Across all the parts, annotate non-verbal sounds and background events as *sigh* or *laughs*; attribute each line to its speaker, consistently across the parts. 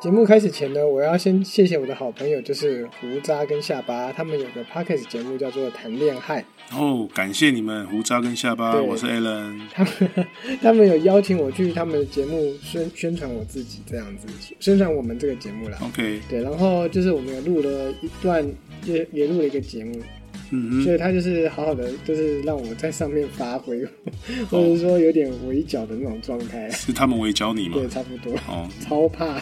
Speaker 1: 节目开始前呢，我要先谢谢我的好朋友，就是胡渣跟下巴，他们有个 podcast 节目叫做《谈恋爱》， *laughs*
Speaker 2: 哦，感谢你们胡渣跟下巴，
Speaker 1: 对
Speaker 2: 我是 Alan。
Speaker 1: 他们他们有邀请我去他们的节目宣宣传我自己，这样子宣传我们这个节目啦。
Speaker 2: OK，
Speaker 1: 对，然后就是我们有录了一段，也也录了一个节目，
Speaker 2: 嗯
Speaker 1: 所
Speaker 2: 哼，
Speaker 1: 以他就是好好的，就是让我在上面发
Speaker 2: *laughs*
Speaker 1: 挥，或者说有点围剿的那种状态，
Speaker 2: 是他们围剿你吗
Speaker 1: 对，？差不多。
Speaker 2: 哦，
Speaker 1: 超怕，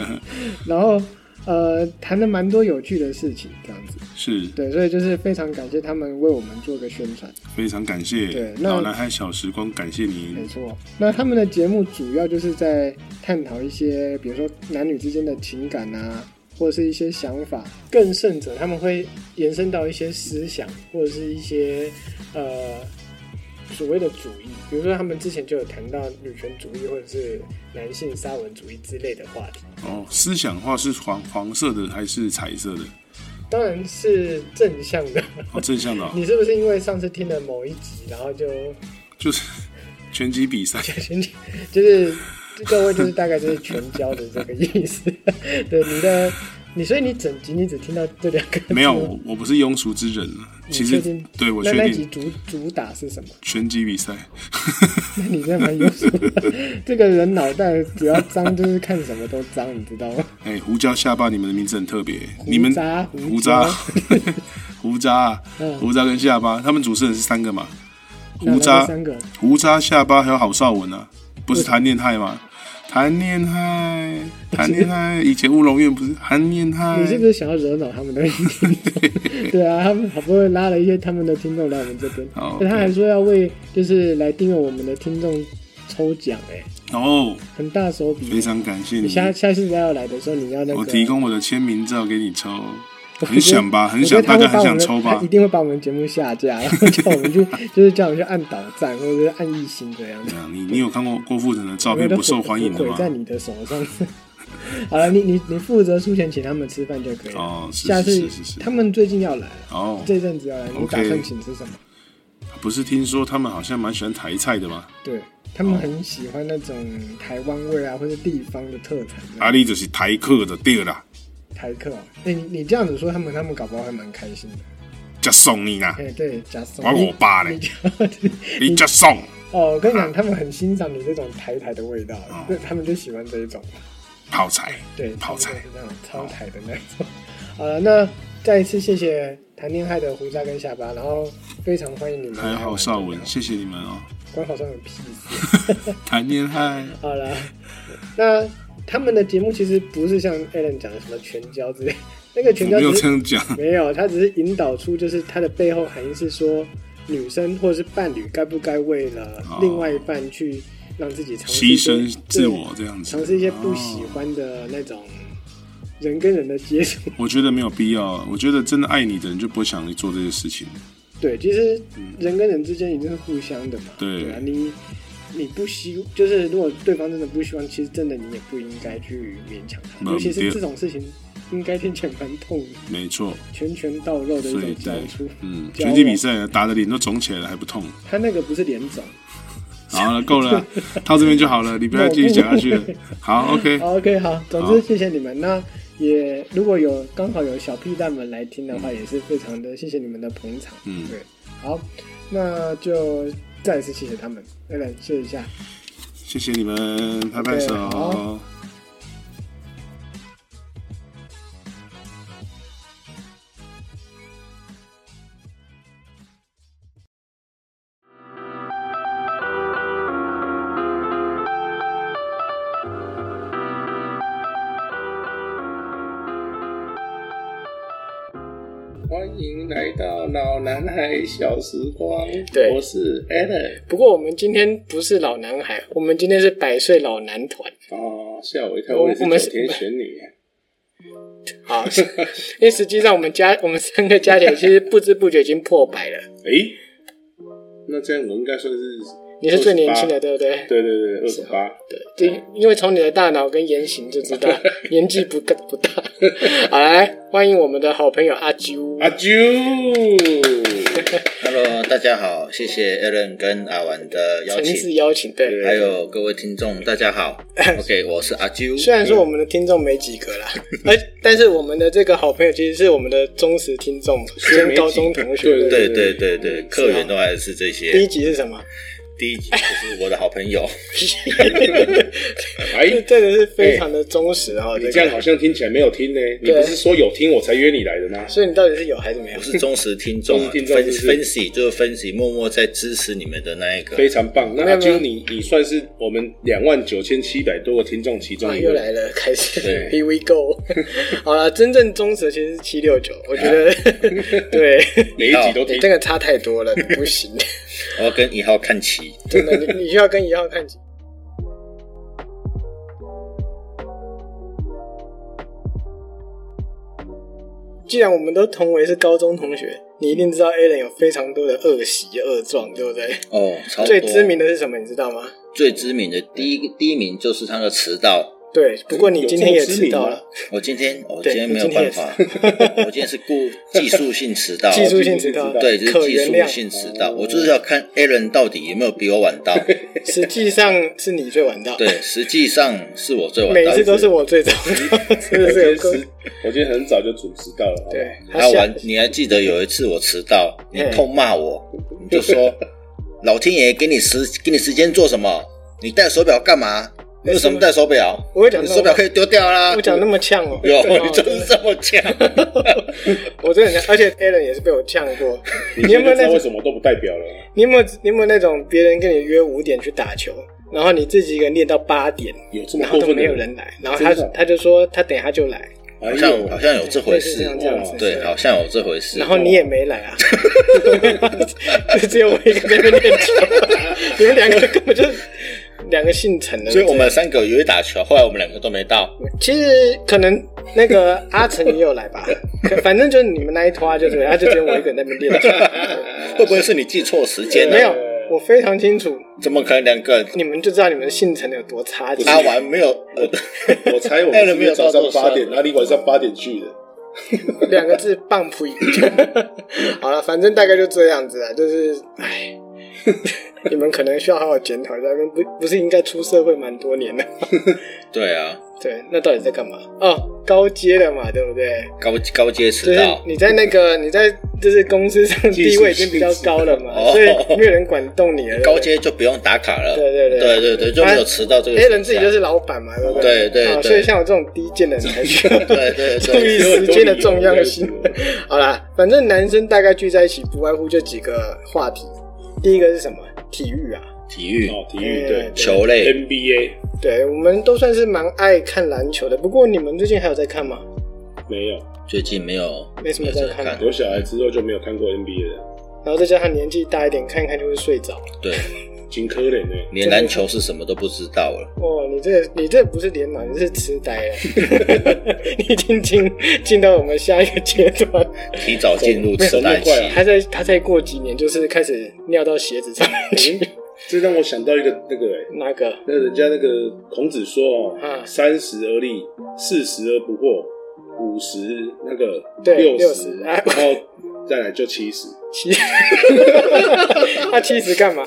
Speaker 1: *laughs* 然后呃谈了蛮多有趣的事情，这样子，
Speaker 2: 是
Speaker 1: 对，所以就是非常感谢他们为我们做个宣传，
Speaker 2: 非常感谢
Speaker 1: 对那
Speaker 2: 老男孩小时光，感谢
Speaker 1: 没
Speaker 2: 您。
Speaker 1: 错。那他们的节目主要就是在探讨一些，比如说男女之间的情感啊，或者是一些想法，更甚者他们会延伸到一些思想或者是一些呃所谓的主义，比如说他们之前就有谈到女权主义或者是男性沙文主义之类的话题。
Speaker 2: 哦，思想化是黄黄色的还是彩色的？
Speaker 1: 当然是正向的。 *laughs*
Speaker 2: 哦，正向的哦、
Speaker 1: 你是不是因为上次听了某一集，然后就
Speaker 2: 就是拳击
Speaker 1: *laughs*
Speaker 2: 比赛。
Speaker 1: 全就是各位就是大概就是全交的这个意思？对，你的你所以你整集你只听到这两个字
Speaker 2: 没有，我我不是庸俗之人啊
Speaker 1: 你
Speaker 2: 其
Speaker 1: 确
Speaker 2: 实
Speaker 1: 定
Speaker 2: 对我
Speaker 1: 那那
Speaker 2: 确
Speaker 1: 集
Speaker 2: 定
Speaker 1: 主主打是什么？ *laughs*
Speaker 2: 拳击比赛，
Speaker 1: 那你真的蛮有数的。 *laughs* 这个人脑袋只要脏就是看什么都脏，你知道吗？
Speaker 2: 哎、胡椒下巴，你们的名字很特别，你们
Speaker 1: 渣
Speaker 2: 胡
Speaker 1: 胡
Speaker 2: 渣
Speaker 1: 渣， *laughs*
Speaker 2: 胡渣啊，
Speaker 1: 嗯
Speaker 2: 胡渣跟下巴，他们主持人是三个嘛，
Speaker 1: 那
Speaker 2: 胡渣
Speaker 1: 那、三个
Speaker 2: 胡渣、下巴还有郝邵文啊，不是谈恋爱吗？谈恋爱，谈恋爱，以前乌龙院不是谈恋爱
Speaker 1: 你，是不是想要惹恼他们的听众？ *laughs* 对啊，他们好不容易拉了一些他们的听众来我们这边，
Speaker 2: 好
Speaker 1: 但他还说要为就是来订阅我们的听众抽奖，哎，
Speaker 2: 哦，
Speaker 1: 很大手笔
Speaker 2: 非。常感谢
Speaker 1: 你
Speaker 2: 你，
Speaker 1: 下下次再要来的时候，你要那个
Speaker 2: 嗯我提供我的签名照给你抽，
Speaker 1: 我觉得
Speaker 2: 很想吧，很
Speaker 1: 我觉得
Speaker 2: 想，大
Speaker 1: 他
Speaker 2: 家
Speaker 1: 会把
Speaker 2: 很
Speaker 1: 我
Speaker 2: 想
Speaker 1: 们
Speaker 2: 抽吧
Speaker 1: 他一，定会把我们节目下架，然
Speaker 2: *laughs*
Speaker 1: 后叫我们去，就是叫我们去按导赞或者是按一星这样子
Speaker 2: *laughs* 对。啊，你你有看过郭富城的照片
Speaker 1: 我觉得
Speaker 2: 不受
Speaker 1: 毁
Speaker 2: 欢迎的
Speaker 1: 毁
Speaker 2: 吗？
Speaker 1: 在你的手上。 *laughs* 好了，你你你负责出钱请他们吃饭就可以了。
Speaker 2: 哦是
Speaker 1: 下
Speaker 2: 是
Speaker 1: 次
Speaker 2: 是是是
Speaker 1: 他们最近要来了，
Speaker 2: 哦，
Speaker 1: 这阵子要来，你
Speaker 2: OK
Speaker 1: 打算请吃什么？
Speaker 2: 不是听说他们好像蛮喜欢台菜的吗？
Speaker 1: 对他
Speaker 2: 哦
Speaker 1: 们很喜欢那种台湾味啊，或者地方的特产。
Speaker 2: 啊，你就是台客的对啦，
Speaker 1: 台客、啊，哎、你你这样子说他们，他们搞不好还蛮开心的。
Speaker 2: 叫送你啦
Speaker 1: 哎、，对，加松，
Speaker 2: 我我爸
Speaker 1: 你
Speaker 2: 嘞，
Speaker 1: 你
Speaker 2: 你叫送，
Speaker 1: *laughs* 哦，我跟你讲，他们很欣赏你这种台台的味道，
Speaker 2: 哦
Speaker 1: 对，他们就喜欢这一种。
Speaker 2: 泡菜，
Speaker 1: 对，
Speaker 2: 泡菜
Speaker 1: 差不多是那
Speaker 2: 哦
Speaker 1: 种超台的那种。好了，那再一次谢谢谈恋爱的胡渣跟下巴，然后非常欢迎你们来
Speaker 2: 还
Speaker 1: 玩
Speaker 2: 有
Speaker 1: 这个。
Speaker 2: 郝邵文，谢谢你们哦。
Speaker 1: 关好少文屁事。
Speaker 2: 谈恋爱，
Speaker 1: 好了，那他们的节目其实不是像 Alan 讲的什么全交之类，那个
Speaker 2: 我
Speaker 1: 全交
Speaker 2: 没有
Speaker 1: 只
Speaker 2: 这
Speaker 1: 是
Speaker 2: 样讲，
Speaker 1: 没有，他只是引导出就是它的背后含义是说，女生或者是伴侣该不该为了
Speaker 2: 哦
Speaker 1: 另外一半去让自 *laughs* 己尝试一
Speaker 2: 牺
Speaker 1: 些
Speaker 2: 牲自
Speaker 1: 对
Speaker 2: 我这样子，
Speaker 1: 尝试一些不喜
Speaker 2: 哦
Speaker 1: 欢的那种人跟人的接触。
Speaker 2: 我觉得没有必要，我觉得真的爱你的人就不会想你做这些事情。
Speaker 1: *laughs* 对，其实人跟人之间一定是互相的嘛。
Speaker 2: 嗯对
Speaker 1: 啊，你你不希，就是如果对方真的不希望，其实真的你也不应该去勉强他，
Speaker 2: 嗯
Speaker 1: 尤其是
Speaker 2: 对
Speaker 1: 这种事情，应该听起来蛮痛的，
Speaker 2: 没错，
Speaker 1: 拳拳到肉的一
Speaker 2: 所
Speaker 1: 种
Speaker 2: 以
Speaker 1: 交
Speaker 2: 对
Speaker 1: 出。，
Speaker 2: 嗯，
Speaker 1: 交
Speaker 2: 拳
Speaker 1: 往
Speaker 2: 击比赛打的脸都肿起来了还不痛，
Speaker 1: 他那个不是脸肿。
Speaker 2: 好了，够
Speaker 1: *laughs*
Speaker 2: 了，到这边就好了，你不要继续讲下去了。好，OK，
Speaker 1: 好 OK，好，总
Speaker 2: 好
Speaker 1: 之谢谢你们。那也如果有刚好有小屁蛋们来听的话，也是非常的谢谢你们的捧场。
Speaker 2: 嗯
Speaker 1: 对，好，那就再一次谢谢他们，来来谢一下。
Speaker 2: 谢谢你们，拍拍
Speaker 1: OK，
Speaker 2: 手。
Speaker 1: 好
Speaker 3: 欢迎来到老男孩小时光，
Speaker 1: 对
Speaker 3: 我是 Alan。
Speaker 1: 不过我们今天不是老男孩，我们今天是百岁老男团。
Speaker 2: 啊
Speaker 3: 哦，吓我一跳，
Speaker 1: 我
Speaker 3: 我以为
Speaker 1: 我们
Speaker 3: 是
Speaker 1: 是
Speaker 3: 九天玄女。
Speaker 1: 好，啊 *laughs* 因为实际上我们加我们三个加起来，其实不知不觉已经破百了。
Speaker 3: 诶，那这样我应该算是
Speaker 1: 你是最年轻的，
Speaker 3: 28
Speaker 1: 对不
Speaker 2: *laughs*
Speaker 1: 对？
Speaker 3: 对对对，二
Speaker 1: 啊
Speaker 3: 十八。
Speaker 1: 对，因因为从你的大脑跟言行就知
Speaker 2: *laughs*
Speaker 1: 道年纪不大不大。好，来欢迎我们的好朋友阿啾。
Speaker 3: 阿啾 h e Hello，大家好，谢谢 Alan 跟阿玩的邀
Speaker 1: 诚
Speaker 3: 请
Speaker 1: 挚，邀请，对。
Speaker 3: 还有各位听众，大家好。OK，我是阿啾。
Speaker 1: 虽然说我们的听众没几个啦，而 *laughs* 但是我们的这个好朋友其实是我们的忠实听众，跟高中同学。
Speaker 2: 对
Speaker 3: 对对对对，客源都还是这
Speaker 1: 第一
Speaker 3: 些。
Speaker 1: 集是什么？
Speaker 3: 第一集就是我的好朋友，
Speaker 2: 哎，
Speaker 1: 这真的是非常的忠实哦。
Speaker 2: 你
Speaker 1: 这
Speaker 2: 这样
Speaker 1: 个，
Speaker 2: 好像听起来没有听呢。你
Speaker 1: 对
Speaker 2: 不是说有听我才约你来的吗？
Speaker 1: 所以你到底是有还是没有
Speaker 3: 我？是忠实听众啊，
Speaker 2: 忠实听众
Speaker 3: 分
Speaker 2: 是不是
Speaker 3: 分析就是分析，默默在支持你们的那一个。
Speaker 2: 非常棒。那
Speaker 1: 啊没有
Speaker 2: 阿
Speaker 1: 没有
Speaker 2: 啾，你你算是我们两万九千七百多个听众其中
Speaker 1: 啊，
Speaker 2: 一
Speaker 1: 又
Speaker 2: 个。
Speaker 1: 来了，开始
Speaker 3: 对
Speaker 1: *laughs* ，Here we go。好了，真正忠实其实是七六九，我觉得 *laughs* 对，
Speaker 2: 每一集都听
Speaker 1: 你。这个差太多了，不行，
Speaker 3: 我要跟一号看齐。
Speaker 1: 真的，你你需要跟一号看齐。既然我们都同为是高中同学，你一定知道 Alan 有非常多的恶习恶状，对不对？
Speaker 3: 哦，超多
Speaker 1: 最知名的是什么，你知道吗？
Speaker 3: 最知名的第一第一名就是他的迟到。
Speaker 1: 对，不过你今天也迟到了
Speaker 2: 有这么知名吗，
Speaker 3: 我今天我
Speaker 1: 对
Speaker 3: 今天没有
Speaker 1: 你今天也
Speaker 3: 办
Speaker 1: 是
Speaker 3: 法，我今天是故技啊术性迟
Speaker 1: *laughs*
Speaker 3: 到。
Speaker 1: 技术性迟到，
Speaker 3: 对，就是
Speaker 1: 可
Speaker 3: 技
Speaker 1: 原
Speaker 3: 术
Speaker 1: 谅。
Speaker 3: 性迟到。我就是要看 Aaron 到底有没有比我晚
Speaker 1: *laughs*
Speaker 3: 到。
Speaker 1: 实际上是你最晚到，
Speaker 3: 对，实际上是我最晚到。
Speaker 1: 每一次都是我最早到，真
Speaker 2: 我
Speaker 1: 的是
Speaker 2: 今天
Speaker 1: 有够
Speaker 2: 时，我今天很早就准时到了。好不好
Speaker 1: 对，
Speaker 3: 他
Speaker 1: 下
Speaker 3: 玩，你还记得有一次我迟到，你
Speaker 1: 嗯
Speaker 3: 痛骂我，你
Speaker 1: *laughs*
Speaker 3: 就说老天爷给你时给你时间做什么？你戴手表干嘛？你为什么戴手表？
Speaker 1: *laughs* 我会讲
Speaker 3: 你手表可以丢掉啦
Speaker 1: 我。讲那么呛哦，
Speaker 3: 有，
Speaker 1: 哦
Speaker 3: 你就是这么
Speaker 1: *laughs*
Speaker 3: 讲。
Speaker 1: 我真的很呛，而且 Alan 也是被我呛过。
Speaker 2: 你
Speaker 1: 你有
Speaker 2: 现
Speaker 1: 没有
Speaker 2: 在知
Speaker 1: 那
Speaker 2: 道为
Speaker 1: 种？
Speaker 2: 什么都不代表了吗？
Speaker 1: 你有没有？你有没有那种别人跟你约五点去打球，然后你自己一个人练到八点，
Speaker 2: 有这么
Speaker 1: 然后
Speaker 2: 过
Speaker 1: 都
Speaker 2: 分
Speaker 1: 没
Speaker 2: 的
Speaker 1: 有人？来，然后他
Speaker 2: 真的
Speaker 1: 他就说他等一下就来，
Speaker 2: 哎
Speaker 3: 好
Speaker 2: 呦
Speaker 3: 像，好像有这回事
Speaker 1: 类似这样这样子，
Speaker 3: 对，好像有这回事。
Speaker 1: 然后你也没来啊， *laughs* 就只有我一个在那边练球，你们两个根本就是两个姓陈的。
Speaker 3: 所以我们三个约打球，后来我们两个都没到。
Speaker 1: 其实可能那个阿成也有来吧，可反正就是你们那一拖啊就对，他就只有我一个人在那边练球。啊
Speaker 3: 会不会是你记错时间了？
Speaker 1: 没有，我非常清楚，
Speaker 3: 怎么可能两个
Speaker 1: 你们就知道你们的姓陈有多差劲。
Speaker 3: 阿玩没有？呃
Speaker 2: 我猜我
Speaker 3: 哎
Speaker 2: 们
Speaker 3: 人
Speaker 2: 是
Speaker 3: 没
Speaker 2: 不
Speaker 3: 有
Speaker 2: 是
Speaker 3: 到
Speaker 2: 早
Speaker 3: 这
Speaker 2: 上
Speaker 3: 么
Speaker 2: 八点，
Speaker 3: 算
Speaker 2: 那你晚上八点去的。
Speaker 1: *laughs* 两个字棒槌。
Speaker 3: *laughs*
Speaker 1: 好了，反正大概就这样子了，就是唉。 *laughs* 你们可能需要好好检讨一下，你们不不是应该出社会蛮多年的？ *laughs*
Speaker 3: 对啊，
Speaker 1: 对，那到底在干嘛？哦，高阶了嘛，对不对？
Speaker 3: 高高
Speaker 1: 就
Speaker 3: 阶迟
Speaker 1: 是
Speaker 3: 到。
Speaker 1: 你在那个你在就是公司上地位已经比较高了
Speaker 3: *laughs*
Speaker 1: 嘛，
Speaker 3: 技术
Speaker 1: 所以
Speaker 3: 性
Speaker 1: 没有人管动你了。
Speaker 3: 哦高阶就不用打卡了，
Speaker 1: 对对对
Speaker 3: 对对对，就没有迟到这个选项。
Speaker 1: A 哎人自己就是老板嘛，对不对
Speaker 3: 对对
Speaker 1: 啊
Speaker 3: 对
Speaker 1: 所以像我这种低贱的人才需
Speaker 3: *laughs*
Speaker 1: 要
Speaker 3: 对对
Speaker 1: 注意 *laughs*
Speaker 3: 对，
Speaker 1: 时间的重要性
Speaker 2: 有很多理由。
Speaker 1: 好啦，反正男生大概聚在一起，不外乎就几个话题。第一个是什么？体育啊，*laughs*
Speaker 3: 体育、
Speaker 2: 哦，体
Speaker 1: 哎
Speaker 2: 育对
Speaker 3: 球类，
Speaker 2: ，NBA
Speaker 1: 对我们都算是蛮爱看篮球的。不过你们最近还有在看吗？
Speaker 2: 没有，
Speaker 3: 最近没有
Speaker 1: 没什么在看
Speaker 2: 有小孩之后就没有看过 NBA 了，
Speaker 1: 然后再加上年纪大一点，看一看就会睡着。
Speaker 3: 对，
Speaker 2: 挺可怜的。
Speaker 3: 连篮球是什么都不知道了。
Speaker 1: 哦，你这你这不是脸盲，你是痴呆了。你已经进进到我们下一个阶段，
Speaker 3: 提早进入
Speaker 2: 走
Speaker 3: 痴
Speaker 2: 那么
Speaker 3: 呆期
Speaker 2: 快啊
Speaker 1: 他在他再过几年就是开始尿到鞋子上面去。
Speaker 2: 这让我想到一个那个哎，
Speaker 1: 那个
Speaker 2: 那人家那个孔子说哦
Speaker 1: 嗯，
Speaker 2: 三十而立，四十而不惑，五十那个
Speaker 1: 对
Speaker 2: 十，
Speaker 1: 60哎
Speaker 2: 然后再来就七十，
Speaker 1: 七， *laughs* 他七十干嘛？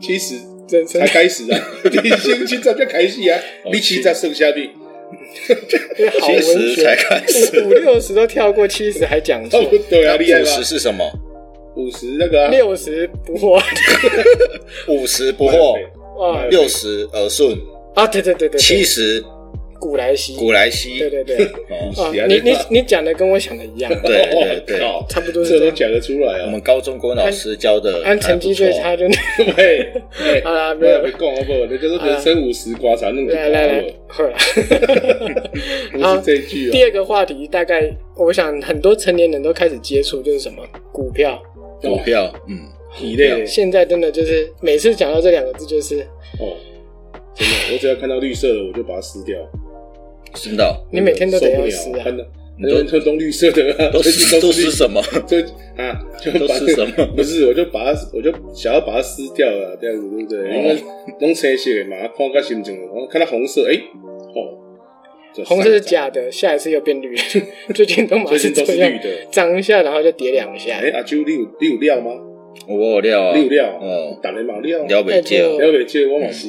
Speaker 2: 七十
Speaker 1: 人生
Speaker 2: 才开始
Speaker 1: *laughs*
Speaker 2: 啊，你先现在就开始啊，
Speaker 1: 哦
Speaker 2: 你七十剩下去，
Speaker 1: 好文
Speaker 3: 七十才
Speaker 1: 学，
Speaker 3: 开始，
Speaker 1: *laughs* 五六十都跳过七十还讲错
Speaker 2: 哦，对啊，厉害
Speaker 3: 五
Speaker 2: 吧？
Speaker 3: 十是什么？
Speaker 2: 五十那个啊，
Speaker 1: 六十不
Speaker 2: *laughs*
Speaker 1: 惑
Speaker 3: 五十不惑，
Speaker 1: 啊
Speaker 3: 六十耳顺，
Speaker 1: 啊！对对对对，
Speaker 3: 七十
Speaker 1: 古来稀，
Speaker 3: 古来
Speaker 1: 对
Speaker 3: 稀。
Speaker 1: 对
Speaker 2: *laughs*
Speaker 1: 对
Speaker 3: 哦
Speaker 1: 啊
Speaker 2: 喜！欢
Speaker 1: 你
Speaker 2: 这
Speaker 1: 你
Speaker 2: 个
Speaker 1: 你讲的跟我想的
Speaker 2: *laughs*
Speaker 1: 一样，
Speaker 3: 对对对，
Speaker 2: 哦
Speaker 1: 差不多是
Speaker 2: 这
Speaker 1: 这
Speaker 2: 都
Speaker 1: 样。
Speaker 2: 讲得出来啊
Speaker 3: 我们。高中国文老师教的还
Speaker 1: 按
Speaker 3: 不错
Speaker 1: 成绩最差就
Speaker 2: *laughs* 对，
Speaker 1: 好啦 *laughs* 没
Speaker 2: 啊没
Speaker 1: 有
Speaker 2: 有讲好不好？那叫做人生五十刮痧，那个
Speaker 1: 来来来，好
Speaker 2: *laughs*
Speaker 1: 了。
Speaker 2: 不是这一句
Speaker 1: 第
Speaker 2: 啊。
Speaker 1: 二个话题大概我想很多成年人都开始接触，就是什么股票。
Speaker 3: 股票，嗯，
Speaker 2: 体类
Speaker 1: 现在真的就是每次讲到这两个字，就是
Speaker 2: 哦，真的，我只要看到绿色的，我就把它撕掉。
Speaker 3: 真的哦，
Speaker 1: 你每天都
Speaker 2: 受
Speaker 1: 得
Speaker 2: 不
Speaker 1: 要
Speaker 2: 了
Speaker 1: 撕啊。
Speaker 2: 看到很多人都绿色的啊，
Speaker 3: 都
Speaker 2: 最近
Speaker 3: 是都
Speaker 2: 是
Speaker 3: 是
Speaker 2: 绿
Speaker 3: 什么？
Speaker 2: 就啊，就 *laughs*
Speaker 3: 都
Speaker 2: 把
Speaker 3: 吃什么
Speaker 2: 不是，我就把它，我就想要把它撕掉了，这样子对不对？
Speaker 3: 哦
Speaker 2: 因为弄车写嘛，看个心情，我看到红色，哎，哦，就
Speaker 1: 红色是假的，下一次又
Speaker 2: *laughs*
Speaker 1: 变绿了。最近都马
Speaker 2: 最
Speaker 1: 是
Speaker 2: 近都
Speaker 1: 这
Speaker 2: 是
Speaker 1: 样
Speaker 2: 绿，的。
Speaker 1: 涨一下然后就跌两下
Speaker 2: 哎，。阿啾，你有你有料吗？
Speaker 3: *laughs* 我有料啊，
Speaker 2: 你有料啊
Speaker 3: 哦，
Speaker 2: 逐个嘛有料，
Speaker 3: 了不少，
Speaker 1: 哎
Speaker 2: 了袂少，我嘛是。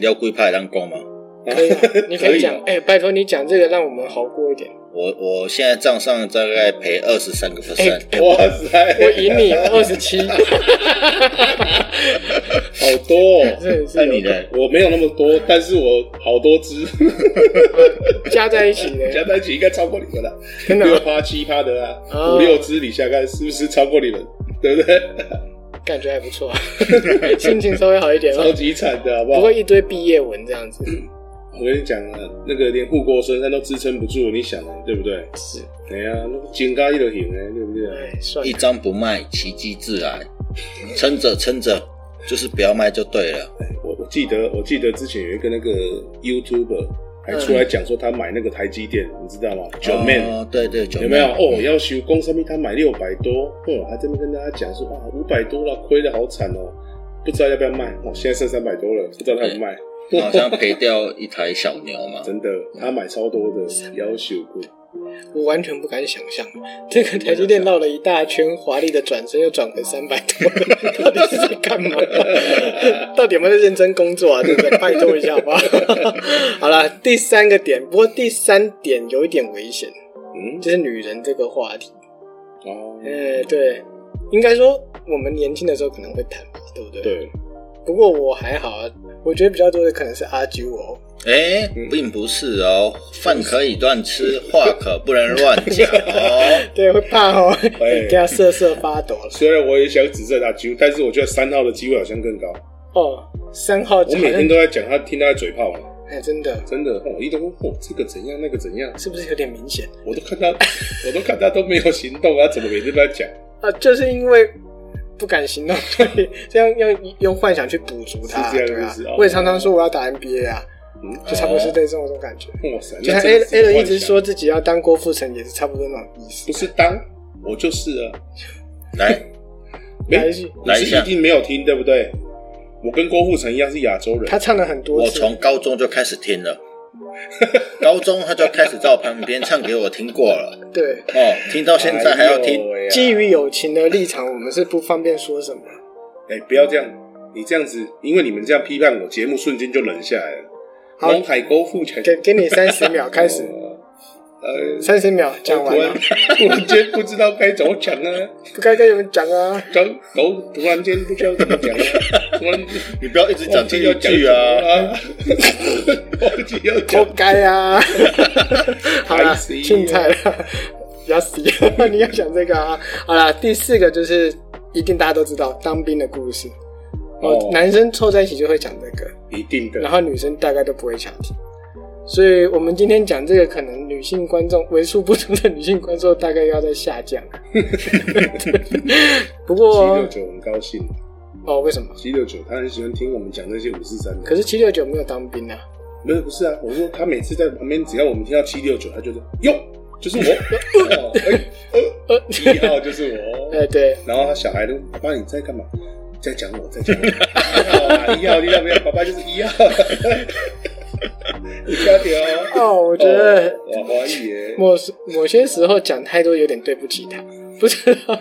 Speaker 3: 了几派当讲嘛。
Speaker 1: *laughs* 可以啊，你可以讲
Speaker 2: 可，
Speaker 1: 哎、拜托你讲这个让我们好过一点。
Speaker 3: 我我现在账上大概赔二十三个 percent，
Speaker 2: 哇塞，
Speaker 1: 我赢你二十 *laughs* 七，
Speaker 2: 好多、哦，
Speaker 1: 这也
Speaker 3: 那
Speaker 1: 是
Speaker 3: 你
Speaker 1: 有
Speaker 3: 的
Speaker 2: 我没有那么多，但是我好多只
Speaker 1: 加在一起的，
Speaker 2: 加在一起应该超过你们了，
Speaker 1: 真的
Speaker 2: 六
Speaker 1: 啊
Speaker 2: 趴七趴的啊，
Speaker 1: 哦
Speaker 2: 五六只你想看是不是超过你们？对不对？
Speaker 1: 感觉还不错，啊 *laughs* 心情稍微好一点 *laughs*
Speaker 2: 超
Speaker 1: 哦，
Speaker 2: 级惨的好不好
Speaker 1: 不？会一堆毕业文这样子。
Speaker 2: 我跟你讲啊，那个连护国神山都支撑不住，你想啊，对不对？
Speaker 1: 是，
Speaker 2: 哎呀、那个金刚一都行哎，对不对？
Speaker 1: 哎，算
Speaker 3: 一
Speaker 1: 了，
Speaker 3: 张不卖，奇迹自来，撑着撑着，就是不要卖就对了。
Speaker 2: 我我记得我记得之前有一个那个 YouTuber 还
Speaker 1: 嗯
Speaker 2: 出来讲说他买那个台积电，你知道吗？九妹、
Speaker 3: 哦对对，九妹
Speaker 2: 有没有？哦，要修工上面他买六百多，哦，还这边跟大家讲说啊，五百多了，亏的好惨哦，不知道要不要卖。哦，现在剩三百多了，不知道他不卖，
Speaker 3: 好像赔掉一台小牛嘛。
Speaker 2: *laughs* 真的，
Speaker 1: 嗯
Speaker 2: 他买超多的，要修过。
Speaker 1: 我完全不敢想象，这个台积电绕了一大圈，华丽的转身又转回三百多， *laughs* 到底是在干 *laughs* 嘛？到底有没有在认真工作啊？对不对？拜托一下好不好？ *laughs* 好了，第三个点，不过第三点有一点危险，
Speaker 2: 嗯，
Speaker 1: 就是女人这个话题。
Speaker 2: 哦，
Speaker 1: 哎，对，应该说我们年轻的时候可能会谈吧，对不对？。
Speaker 2: 对，
Speaker 1: 不过我还好啊，我觉得比较多的可能是阿九哦，
Speaker 3: 哎，并不是哦，饭可以乱吃，
Speaker 2: 嗯
Speaker 3: 话可不能乱讲
Speaker 2: *laughs*
Speaker 3: 哦。
Speaker 1: 对，会怕哦，
Speaker 2: 哎
Speaker 1: 给他瑟瑟发抖了。
Speaker 2: 虽然我也想指正他机会，但是我觉得三号的机会好像更高。
Speaker 1: 哦，三号
Speaker 2: 我
Speaker 1: 好像
Speaker 2: 每天都在讲他，听他的嘴炮了，
Speaker 1: 哎，真的
Speaker 2: 真的，哦，一直说哦，这个怎样，那个怎样，
Speaker 1: 是不是有点明显
Speaker 2: 我都看
Speaker 1: *laughs*
Speaker 2: 他，我都看他都没有行动啊，怎么每天都在讲？
Speaker 1: 啊？就是因为不敢行动， *laughs* 所以这样用用幻想去补足它，
Speaker 2: 是这样
Speaker 1: 对啊
Speaker 2: 是不是哦。
Speaker 1: 我也常常说我要打 NBA 啊，
Speaker 2: 嗯，
Speaker 1: 就差不多是类似这种感觉。
Speaker 2: 哇塞，
Speaker 1: 就
Speaker 2: 那
Speaker 1: 像
Speaker 2: 真
Speaker 1: A
Speaker 2: 的是
Speaker 1: A 人
Speaker 2: 幻
Speaker 1: 一直
Speaker 2: 想
Speaker 1: 说自己要当郭富城，也是差不多那种意思
Speaker 2: 不。是当，我就是啊。
Speaker 3: 来，
Speaker 1: 来一句
Speaker 2: 你是一定没有听，对不对？我跟郭富城一样是亚洲人，
Speaker 1: 他唱了很多
Speaker 3: 我
Speaker 1: 次，
Speaker 3: 从高中就开始听了，高中他就开始在我旁边唱给我听过了
Speaker 1: 对，
Speaker 3: 哦，听到现在还要听。
Speaker 2: 哎呦喂啊
Speaker 1: 基于友情的立场，我们是不方便说什么。
Speaker 2: 哎，不要这样，你这样子，因为你们这样批判我，节目瞬间就冷下来了。
Speaker 1: 好
Speaker 2: 王海郭富城哦
Speaker 1: 给给你三十秒开
Speaker 2: *laughs*
Speaker 1: 始，
Speaker 2: 呃，
Speaker 1: 三十秒讲完
Speaker 2: 突然
Speaker 1: 了，
Speaker 2: 突然间不知道该怎么讲啊，
Speaker 1: 不该跟你们讲啊。
Speaker 2: 刚狗突然间不知道怎么
Speaker 3: *laughs*
Speaker 2: 讲啊，突然
Speaker 3: 你不要一直讲这
Speaker 2: 要
Speaker 3: 一
Speaker 2: 讲
Speaker 3: 句
Speaker 2: 什
Speaker 3: 啊！
Speaker 2: 么了啊，忘记要
Speaker 1: 活
Speaker 2: 讲。
Speaker 1: 该啊！好啦，
Speaker 2: 白痴啊
Speaker 1: 青菜了，要死！ *laughs* 你要想这个啊？好啦，第四个就是一定大家都知道当兵的故事。哦，
Speaker 2: 哦
Speaker 1: 男生凑在一起就会讲这个，
Speaker 2: 一定的
Speaker 1: 然，后女生大概都不会想听。所以我们今天讲这个，可能女性观众为数不多的女性观众大概要在下降。 *laughs* 不
Speaker 2: 七
Speaker 1: 过
Speaker 2: 六九很高兴，
Speaker 1: 哦，为什么？
Speaker 2: 七六九他很喜欢听我们讲那些五四三的。
Speaker 1: 可是七六九没有当兵啊。
Speaker 2: 没有，不是啊，我说他每次在旁边，只要我们听到七六九，他就是哟，就是
Speaker 1: *laughs*
Speaker 2: 我，哦哎呃，一号就是
Speaker 1: *laughs*
Speaker 2: 我。
Speaker 1: 哎，对，
Speaker 2: 然后他小孩都，爸爸你在干嘛？在讲我，在讲我。好啦一号，你到没有？爸爸就是一号。你加点哦。
Speaker 1: 哦，我觉得
Speaker 2: 哦我怀疑耶，
Speaker 1: 某时某些时候讲太多有点对不起他，不知道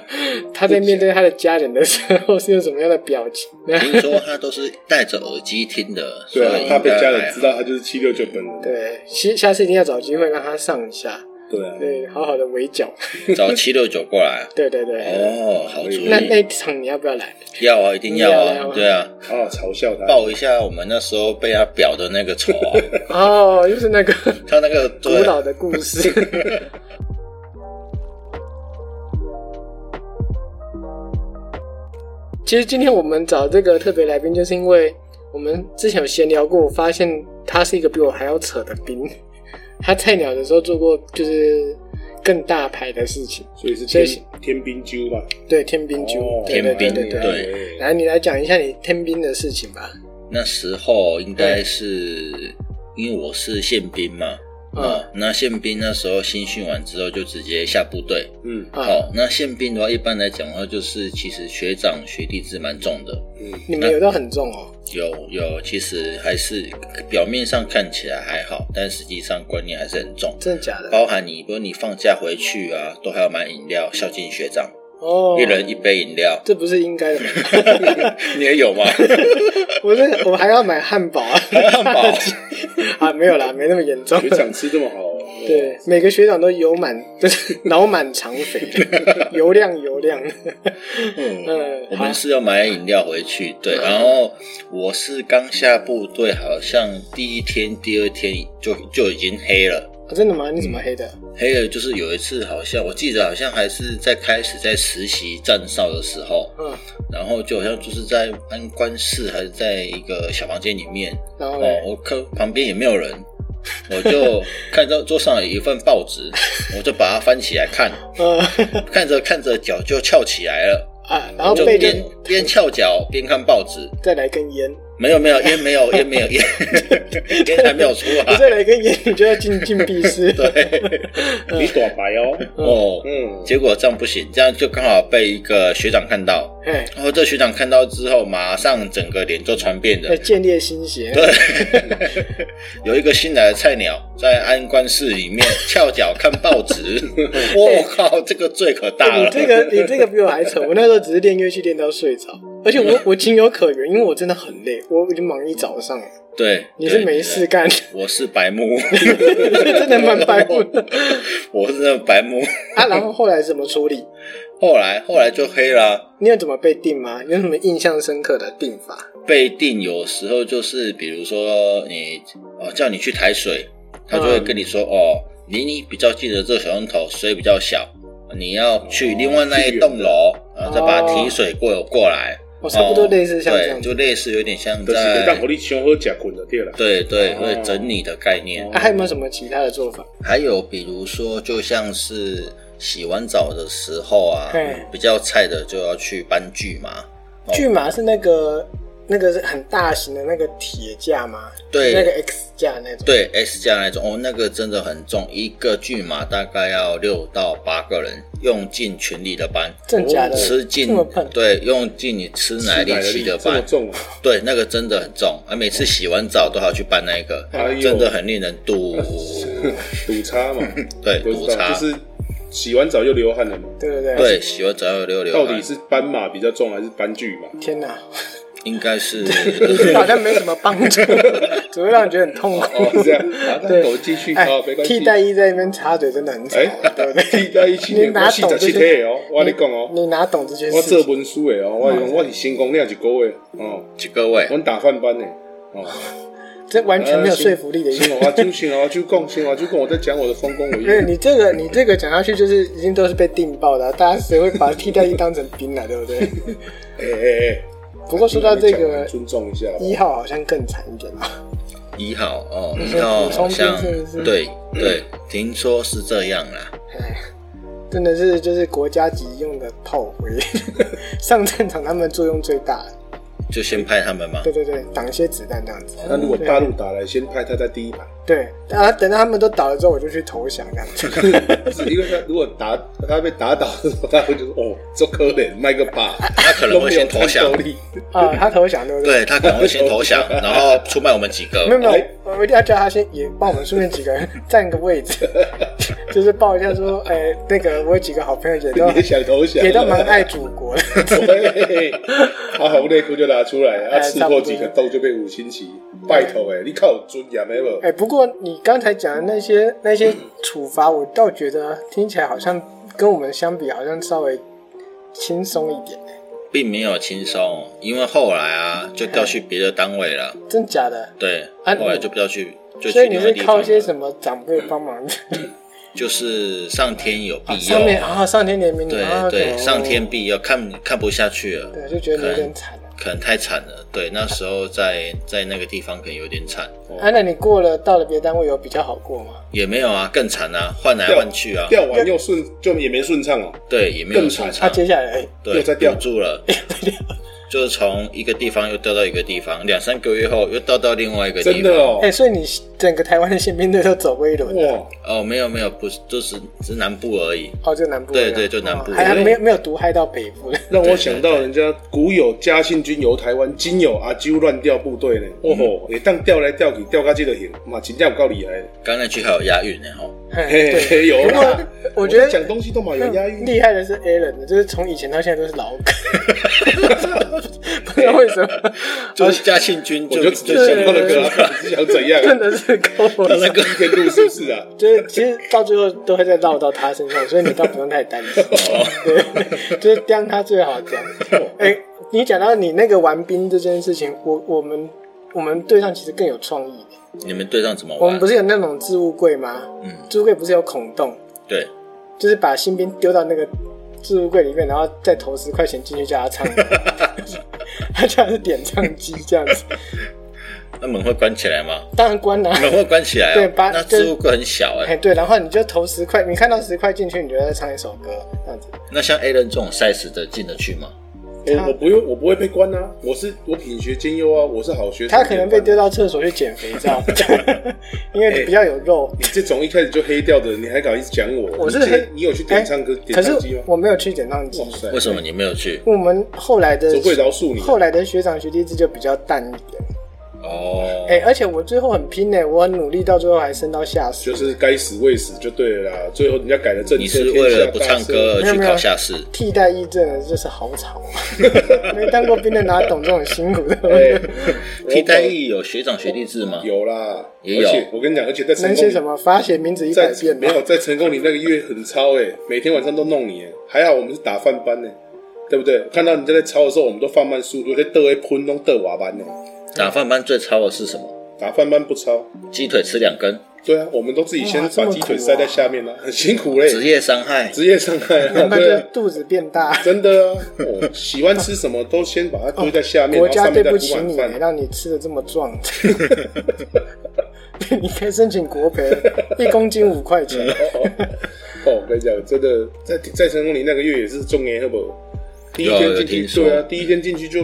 Speaker 1: 他在面对他的家人的时候是用什么样的表情。
Speaker 3: 听说他都是戴着耳机听的，所
Speaker 2: 对
Speaker 3: 以
Speaker 2: 啊，
Speaker 3: 应
Speaker 2: 怕
Speaker 3: 该
Speaker 2: 被家
Speaker 3: 还
Speaker 2: 人
Speaker 3: 好
Speaker 2: 知。道他就是七六九本人。
Speaker 1: 对，下下次一定要找机会让他上一下，
Speaker 2: 对啊，
Speaker 1: 对，好好的围剿。
Speaker 3: 找哎七六九过来啊。
Speaker 1: 对对对，
Speaker 3: 哦，好主
Speaker 1: 那那
Speaker 3: 意，
Speaker 1: 一场你要不要来？
Speaker 3: 要啊，一定要
Speaker 1: 要
Speaker 3: 啊
Speaker 1: 啊，
Speaker 3: 对啊，
Speaker 2: 好好嘲笑他。
Speaker 3: 报一下我们那时候被他表的那个仇啊，
Speaker 1: 哦，又是那个
Speaker 3: 他那个
Speaker 1: 古
Speaker 3: 对啊
Speaker 1: 老的故
Speaker 3: *laughs*
Speaker 1: 事。其实今天我们找这个特别来宾，就是因为我们之前有闲聊过，我发现他是一个比我还要扯的兵。 *laughs* 他菜鸟的时候做过就是更大牌的事情，
Speaker 2: 所以是
Speaker 1: 所以
Speaker 2: 天天兵揪嘛，
Speaker 1: 对天兵纠，
Speaker 2: 哦
Speaker 1: 对对对对
Speaker 3: 天兵
Speaker 1: 对。
Speaker 2: 对
Speaker 1: 来，你来讲一下你天兵的事情吧。
Speaker 3: 那时候应该是因为我是宪兵嘛，
Speaker 1: 嗯
Speaker 3: 哦，那宪兵那时候新训完之后就直接下部队。
Speaker 2: 嗯
Speaker 1: 啊，
Speaker 3: 哦，那宪兵的话，一般来讲的话，就是其实学长学弟制蛮重的，
Speaker 2: 嗯，
Speaker 1: 你们有到很重哦。
Speaker 3: 有有，其实还是表面上看起来还好，但实际上观念还是很重，
Speaker 1: 真的假的？
Speaker 3: 包含你，比如你放假回去啊，都还要买饮料孝敬学长。
Speaker 1: 哦，。
Speaker 3: 一人一杯饮料
Speaker 1: 这不是应该的吗？
Speaker 3: 你也有吗？
Speaker 1: *laughs* 我是我还要买汉堡啊，
Speaker 3: 汉堡
Speaker 1: *laughs* 啊，没有啦，没那么严重
Speaker 2: 学。长吃这么好哦，
Speaker 1: 对，每个学长都油满， *laughs* 就是脑满肠肥，油亮油亮。嗯，
Speaker 3: 我
Speaker 1: 好
Speaker 3: 们是要买饮料回去，对。然后我是刚下部队，好像第一天、第二天就就已经黑了。
Speaker 1: 啊真的吗？你怎么黑的？
Speaker 3: 黑了就是有一次，好像我记得好像还是在开始在实习站哨的时候，
Speaker 1: 嗯，
Speaker 3: 然后就好像就是在安官室还是在一个小房间里面，
Speaker 1: 然后呢？
Speaker 3: 哦，我看旁边也没有人， *laughs* 我就看到桌上有一份报
Speaker 1: *laughs*
Speaker 3: 纸，我就把它翻起来看，
Speaker 1: 呃
Speaker 3: 看着看着脚就翘起来了，
Speaker 1: 啊，然后
Speaker 3: 就
Speaker 1: 背
Speaker 3: 边
Speaker 1: 着
Speaker 3: 边翘脚边看报纸。
Speaker 1: 再来根烟，
Speaker 3: 没有
Speaker 1: *laughs*
Speaker 3: 没有烟没有烟没有烟 *laughs* 烟还没有出
Speaker 1: 你
Speaker 3: 来，
Speaker 1: 再来根烟，你 *laughs* 就要进 *laughs* 禁闭室。
Speaker 2: 你短白哦，
Speaker 3: 哦，
Speaker 2: 嗯，
Speaker 3: 结果这样不行，这样就刚好被一个学长看到，
Speaker 1: 哎，
Speaker 3: 然后这学长看到之后，马上整个脸就传遍了
Speaker 1: 要。建立新鞋。
Speaker 3: 有一个新来的菜鸟在安官室里面翘脚看报纸， *laughs* 我靠，这个罪可大
Speaker 1: 哎你
Speaker 3: 了。
Speaker 1: 这个你这个比我还扯，我那时候只是练乐器练到睡着，而且我我情有可原，因为我真的很累，我已经忙一早上了。
Speaker 3: 对，
Speaker 1: 你是
Speaker 3: 对
Speaker 1: 没事，干，
Speaker 3: 对我是白目， *laughs*
Speaker 1: *laughs* 真的蛮白目的
Speaker 3: 我是那白目。
Speaker 1: *laughs* 啊。然后后来怎么处理？
Speaker 3: 后来后来就黑了啊、
Speaker 1: 你有怎么被定吗？有什么印象深刻的定法？
Speaker 3: 被定有时候就是，比如说你哦叫你去抬水，他就会跟你说、
Speaker 1: 嗯
Speaker 3: 哦，离你比较近的这个水龙头水比较小，你要去另外那一栋楼，然后再把它提水过过来。
Speaker 1: 哦，差不多类哦似像这
Speaker 3: 对，
Speaker 1: 样
Speaker 3: 就
Speaker 2: 哦
Speaker 1: 子。
Speaker 3: 类似有点像
Speaker 2: 就是
Speaker 3: 在
Speaker 2: 给当火力熊喝假滚的对了，
Speaker 3: 对对
Speaker 2: 哦
Speaker 3: 会整理的概念。
Speaker 1: 啊，还有没有什么其他的做法？
Speaker 3: 还有比如说，就像是洗完澡的时候啊
Speaker 1: 嘿，
Speaker 3: 比较菜的就要去搬锯嘛。哦
Speaker 1: 巨马是那个那个是很大型的那个铁架吗？
Speaker 3: 对
Speaker 1: 那个 X 架那种。
Speaker 3: 对 S 架那种哦，那个真的很重，一个巨马大概要六到八个人，用尽全力的搬，
Speaker 1: 真假的
Speaker 3: 吃尽
Speaker 1: 这么笨
Speaker 3: 对，用尽你吃奶力气的
Speaker 2: 这么
Speaker 3: 搬，
Speaker 2: 重啊， *laughs*
Speaker 3: 对，那个真的很重啊！每次洗完澡都要去搬那个，
Speaker 2: 哎呦
Speaker 3: 真的很令人堵，
Speaker 2: 堵差 *laughs* 嘛，
Speaker 3: 对，
Speaker 2: 我
Speaker 3: 堵
Speaker 2: 知道，
Speaker 3: 差
Speaker 2: 就，是洗完澡又流汗了嘛。
Speaker 1: 对不对？
Speaker 3: 对，洗完澡要啊流流
Speaker 2: 到
Speaker 3: 汗，
Speaker 2: 底是斑马比较重还是斑巨马？
Speaker 1: 天哪，
Speaker 3: 应
Speaker 2: *laughs*
Speaker 3: 该是
Speaker 1: 这好像没什么帮助，只会让人觉得很痛苦。
Speaker 2: 哦，是 *laughs* 这样，好，那我们继续
Speaker 1: 哎
Speaker 2: 哦，没，关系。
Speaker 1: 替代役在那边插嘴真的
Speaker 2: *laughs*
Speaker 1: 很吵，
Speaker 2: 哎
Speaker 1: 对不对？
Speaker 2: 替代一七
Speaker 1: 你
Speaker 2: *laughs* 年，
Speaker 1: 哪
Speaker 2: 我四
Speaker 1: 懂
Speaker 2: 十
Speaker 1: 这
Speaker 2: 七
Speaker 1: 些？
Speaker 2: 岁的哦，我跟你讲哦，
Speaker 1: 你哪懂这些
Speaker 2: 我
Speaker 1: 事
Speaker 2: 做
Speaker 1: 情？
Speaker 2: 文书的哦，我跟你讲我是新工了一个月哦，
Speaker 3: 几个位
Speaker 2: 我打饭班的哦，啊
Speaker 1: 这完全
Speaker 2: 呃
Speaker 1: 没有说服力的意
Speaker 2: 新
Speaker 1: 思。
Speaker 2: 华话就新华话就讲，新华话就讲，我在讲我的丰功伟
Speaker 1: 没有，
Speaker 2: 业。哎
Speaker 1: 你这个你这个讲下去就是已经都是被定爆的啊、大家谁会把替代役当成兵啊，对不 *laughs* 对？
Speaker 2: 哎哎哎，
Speaker 1: 不过说到这
Speaker 2: 你讲
Speaker 1: 个
Speaker 2: 尊重一下吧。
Speaker 1: 一号，好像更惨一点啊。
Speaker 3: 一号哦，
Speaker 1: 说
Speaker 3: 一号
Speaker 1: 嗯补充
Speaker 3: 好像
Speaker 1: 兵是不嗯是
Speaker 3: 对对，听说是这样啦。
Speaker 1: 哎，真的是就是国家级用的炮灰， *laughs* 上战场他们作用最大。
Speaker 3: 就先拍他们嘛
Speaker 1: 对。对对，挡一些子弹这样子。
Speaker 2: 那如果大陆打来，先派他在第一排，
Speaker 1: 对，啊，等到他们都倒了之后，我就去投降这样子。 *laughs*
Speaker 2: 不是因为他如果打他被打倒的时候，他会就说哦，这可怜，卖个爸，
Speaker 3: 他可能会先投降
Speaker 2: 都没有战斗力
Speaker 1: 啊，他投降对不对？
Speaker 3: 对他可能会先投降，然后出卖我们几
Speaker 1: 没有
Speaker 3: 个。
Speaker 1: 没有，我一定要叫他先也帮我们顺便几个人占个位
Speaker 3: *laughs*
Speaker 1: 置，就是报一下说，哎、那个我有几个好朋友也都
Speaker 2: 你也想投降，
Speaker 1: 也都蛮爱祖国的， *laughs*
Speaker 2: 对，他红内裤就拿出来，他
Speaker 1: 哎
Speaker 2: 刺破几个洞就被五星旗。拜托哎，你靠有尊严没有
Speaker 1: 哎、？不过你刚才讲的那些那些处罚，我倒觉得听起来好像跟我们相比，好像稍微轻松一点、哎
Speaker 3: 并没有轻松，因为后来啊就调去别的单位了。
Speaker 1: 真假的？
Speaker 3: 对，
Speaker 1: 啊
Speaker 3: 后来就不要去，就
Speaker 1: 所
Speaker 3: 去
Speaker 1: 以你
Speaker 3: 另外
Speaker 1: 是
Speaker 3: 地
Speaker 1: 靠
Speaker 3: 方
Speaker 1: 一些什
Speaker 3: 了。
Speaker 1: 么长辈帮忙？
Speaker 3: 就是上天有庇
Speaker 1: *laughs*
Speaker 3: 佑
Speaker 1: 上，面啊，上天怜悯你，啊
Speaker 3: 对对，
Speaker 1: 哦
Speaker 3: 上天庇佑，看看不下去了，
Speaker 1: 对，就觉得你有点惨了。
Speaker 3: 可能太惨了。对，那时候在在那个地方可能有点惨，
Speaker 1: 啊，那你过了到了别的单位有比较好过吗？
Speaker 3: 也没有啊，更惨啊，换来换去啊，
Speaker 2: 掉完又顺，就也没顺畅哦。
Speaker 3: 对，也没有
Speaker 2: 更
Speaker 3: 顺
Speaker 2: 惨
Speaker 1: 他、
Speaker 3: 畅
Speaker 1: 啊、。接下来。哎
Speaker 3: 对，
Speaker 2: 又再调
Speaker 3: 堵住了，就是从一个地方又调到一个地方，两三个月后又调到另外一个地
Speaker 2: 真
Speaker 3: 方
Speaker 2: 的。哦
Speaker 1: 哎、，所以你整个台湾的宪兵队都走过一轮的，
Speaker 2: 哇，
Speaker 3: 哦，没有没有，不是，就是只是南部而已。
Speaker 1: 哦，就南部
Speaker 3: 对
Speaker 1: 了
Speaker 3: 对就南部
Speaker 1: 哦还还没有没有毒害到北
Speaker 3: *laughs*
Speaker 1: 部的，
Speaker 2: 让我想到人家古有嘉信军游台湾，今有阿啾乱调部队呢。
Speaker 3: 嗯
Speaker 2: 哦吼，也当调来调去，调到这个型，嘛，真正有够厉害的。
Speaker 3: 刚那句还有押韵呢，哦，
Speaker 1: 嘿
Speaker 2: 嘿
Speaker 1: 嗯对。
Speaker 2: 哎嘿，有啦，
Speaker 1: 我觉得
Speaker 2: 在讲东西都蛮有押韵，
Speaker 1: 厉害的是 a l a n 就是从以前到现在都是老梗， *laughs* 不知道为什么，
Speaker 3: 就是嘉庆君
Speaker 2: 我
Speaker 3: 就
Speaker 2: 就直接想到那个啊，你是想怎样啊？
Speaker 1: 真的是够我
Speaker 2: 那个一天路是不是啊？
Speaker 1: 就是其实到最后都会再绕到他身上，所以你倒不用太担
Speaker 3: *laughs*
Speaker 1: 心。
Speaker 3: 哦
Speaker 1: 对，就是刁他最好刁。哎、你讲到你那个玩冰这件事情，我我们我们队上其实更有创意。
Speaker 3: 你们队上怎么
Speaker 1: 我们
Speaker 3: 玩
Speaker 1: 不？是有那种置物柜吗？
Speaker 3: 嗯，
Speaker 1: 置物柜不是有孔洞，
Speaker 3: 对，
Speaker 1: 就是把新兵丢到那个置物柜里面，然后再投十块钱进去叫他
Speaker 2: *laughs*
Speaker 1: 唱，他叫他是点唱机这样子。
Speaker 3: 那门会关起来吗？
Speaker 1: 当然关了、
Speaker 2: *laughs*
Speaker 3: 门会关起来
Speaker 1: 对
Speaker 3: 啊？
Speaker 1: 把
Speaker 3: 那
Speaker 1: 就是
Speaker 3: 置物柜很小哎
Speaker 1: 哎，。对，然后你就投十块，你看到十块进去，你就再唱一首歌，这样子。
Speaker 3: 那像 A 人这种 size 的进得去吗？
Speaker 2: 我我不用，我不会被关啊，我是我品学兼优啊，我是好学生。
Speaker 1: 他可能被丢到厕所去捡肥皂， *laughs* 因为比较有肉。
Speaker 2: 你这种一开始就黑掉的，你还敢一直讲我？
Speaker 1: 我是
Speaker 2: 你
Speaker 1: 黑
Speaker 2: 这，你有去点唱歌、
Speaker 1: 哎
Speaker 2: 点唱
Speaker 1: 可
Speaker 2: 机
Speaker 1: 是
Speaker 2: 吗？
Speaker 1: 我没有去点唱机
Speaker 2: 哇。塞，
Speaker 3: 为什么你没有去？
Speaker 1: 我们后来的
Speaker 2: 怎么会饶恕你啊？
Speaker 1: 后来的学长学弟制就比较淡一点。
Speaker 3: 哦，
Speaker 1: 哎、而且我最后很拼呢、我很努力，到最后还升到下士。
Speaker 2: 就是该死未死就对了啦。最后人家改了政策，
Speaker 3: 你是为了不
Speaker 2: 啊
Speaker 3: 唱歌
Speaker 1: 天下大赦
Speaker 3: 而去考下士？
Speaker 1: 替代役真的就是好吵，啊
Speaker 2: *laughs*
Speaker 1: 没当过兵的哪懂这种辛苦
Speaker 2: 天
Speaker 1: 的
Speaker 2: 下？大赦？哎
Speaker 3: 替代役有学长学弟制吗？
Speaker 2: 有啦，
Speaker 3: 也有
Speaker 2: 而且我跟你讲，而且在成
Speaker 1: *laughs* 能
Speaker 2: 功
Speaker 1: 写
Speaker 2: 里
Speaker 1: 什么？罚写名字一
Speaker 2: 在
Speaker 1: 百遍
Speaker 2: 没
Speaker 1: 吧。
Speaker 2: 有在成功里那个月很超哎、每天晚上都弄你哎、还好我们是打饭班呢、对不对？看到人家在抄的时候，我们都放慢速度，在得会喷弄得瓦班呢、欸
Speaker 3: 打饭班最超的是什么？
Speaker 2: 打饭班不抄，
Speaker 3: 鸡腿吃两根，
Speaker 2: 对啊，我们都自己先
Speaker 1: 哇这
Speaker 2: 把
Speaker 1: 么
Speaker 2: 鸡腿
Speaker 1: 苦啊
Speaker 2: 塞在下面了、很辛苦嘞、
Speaker 3: 职业伤害。
Speaker 2: 职业伤害啊，
Speaker 1: 然后
Speaker 2: 对
Speaker 1: 就
Speaker 2: 啊，
Speaker 1: 肚子变大。
Speaker 2: 真的啊，我喜欢吃什么都先把它堆在下面，
Speaker 1: 哦国
Speaker 2: 然后
Speaker 1: 家
Speaker 2: 上
Speaker 1: 对
Speaker 2: 面再
Speaker 1: 不
Speaker 2: 铺
Speaker 1: 起
Speaker 2: 晚
Speaker 1: 你，
Speaker 2: 饭。
Speaker 1: 让你吃的这么
Speaker 2: *laughs*
Speaker 1: 壮。你可以申请国赔，一公斤五块钱。
Speaker 2: 嗯哦，我跟你讲，真的在在成功里那个月也是中年，好不好？第一
Speaker 3: 有
Speaker 2: 天
Speaker 3: 有
Speaker 2: 进
Speaker 3: 听
Speaker 2: 去，
Speaker 3: 说
Speaker 2: 对啊，第一天进去就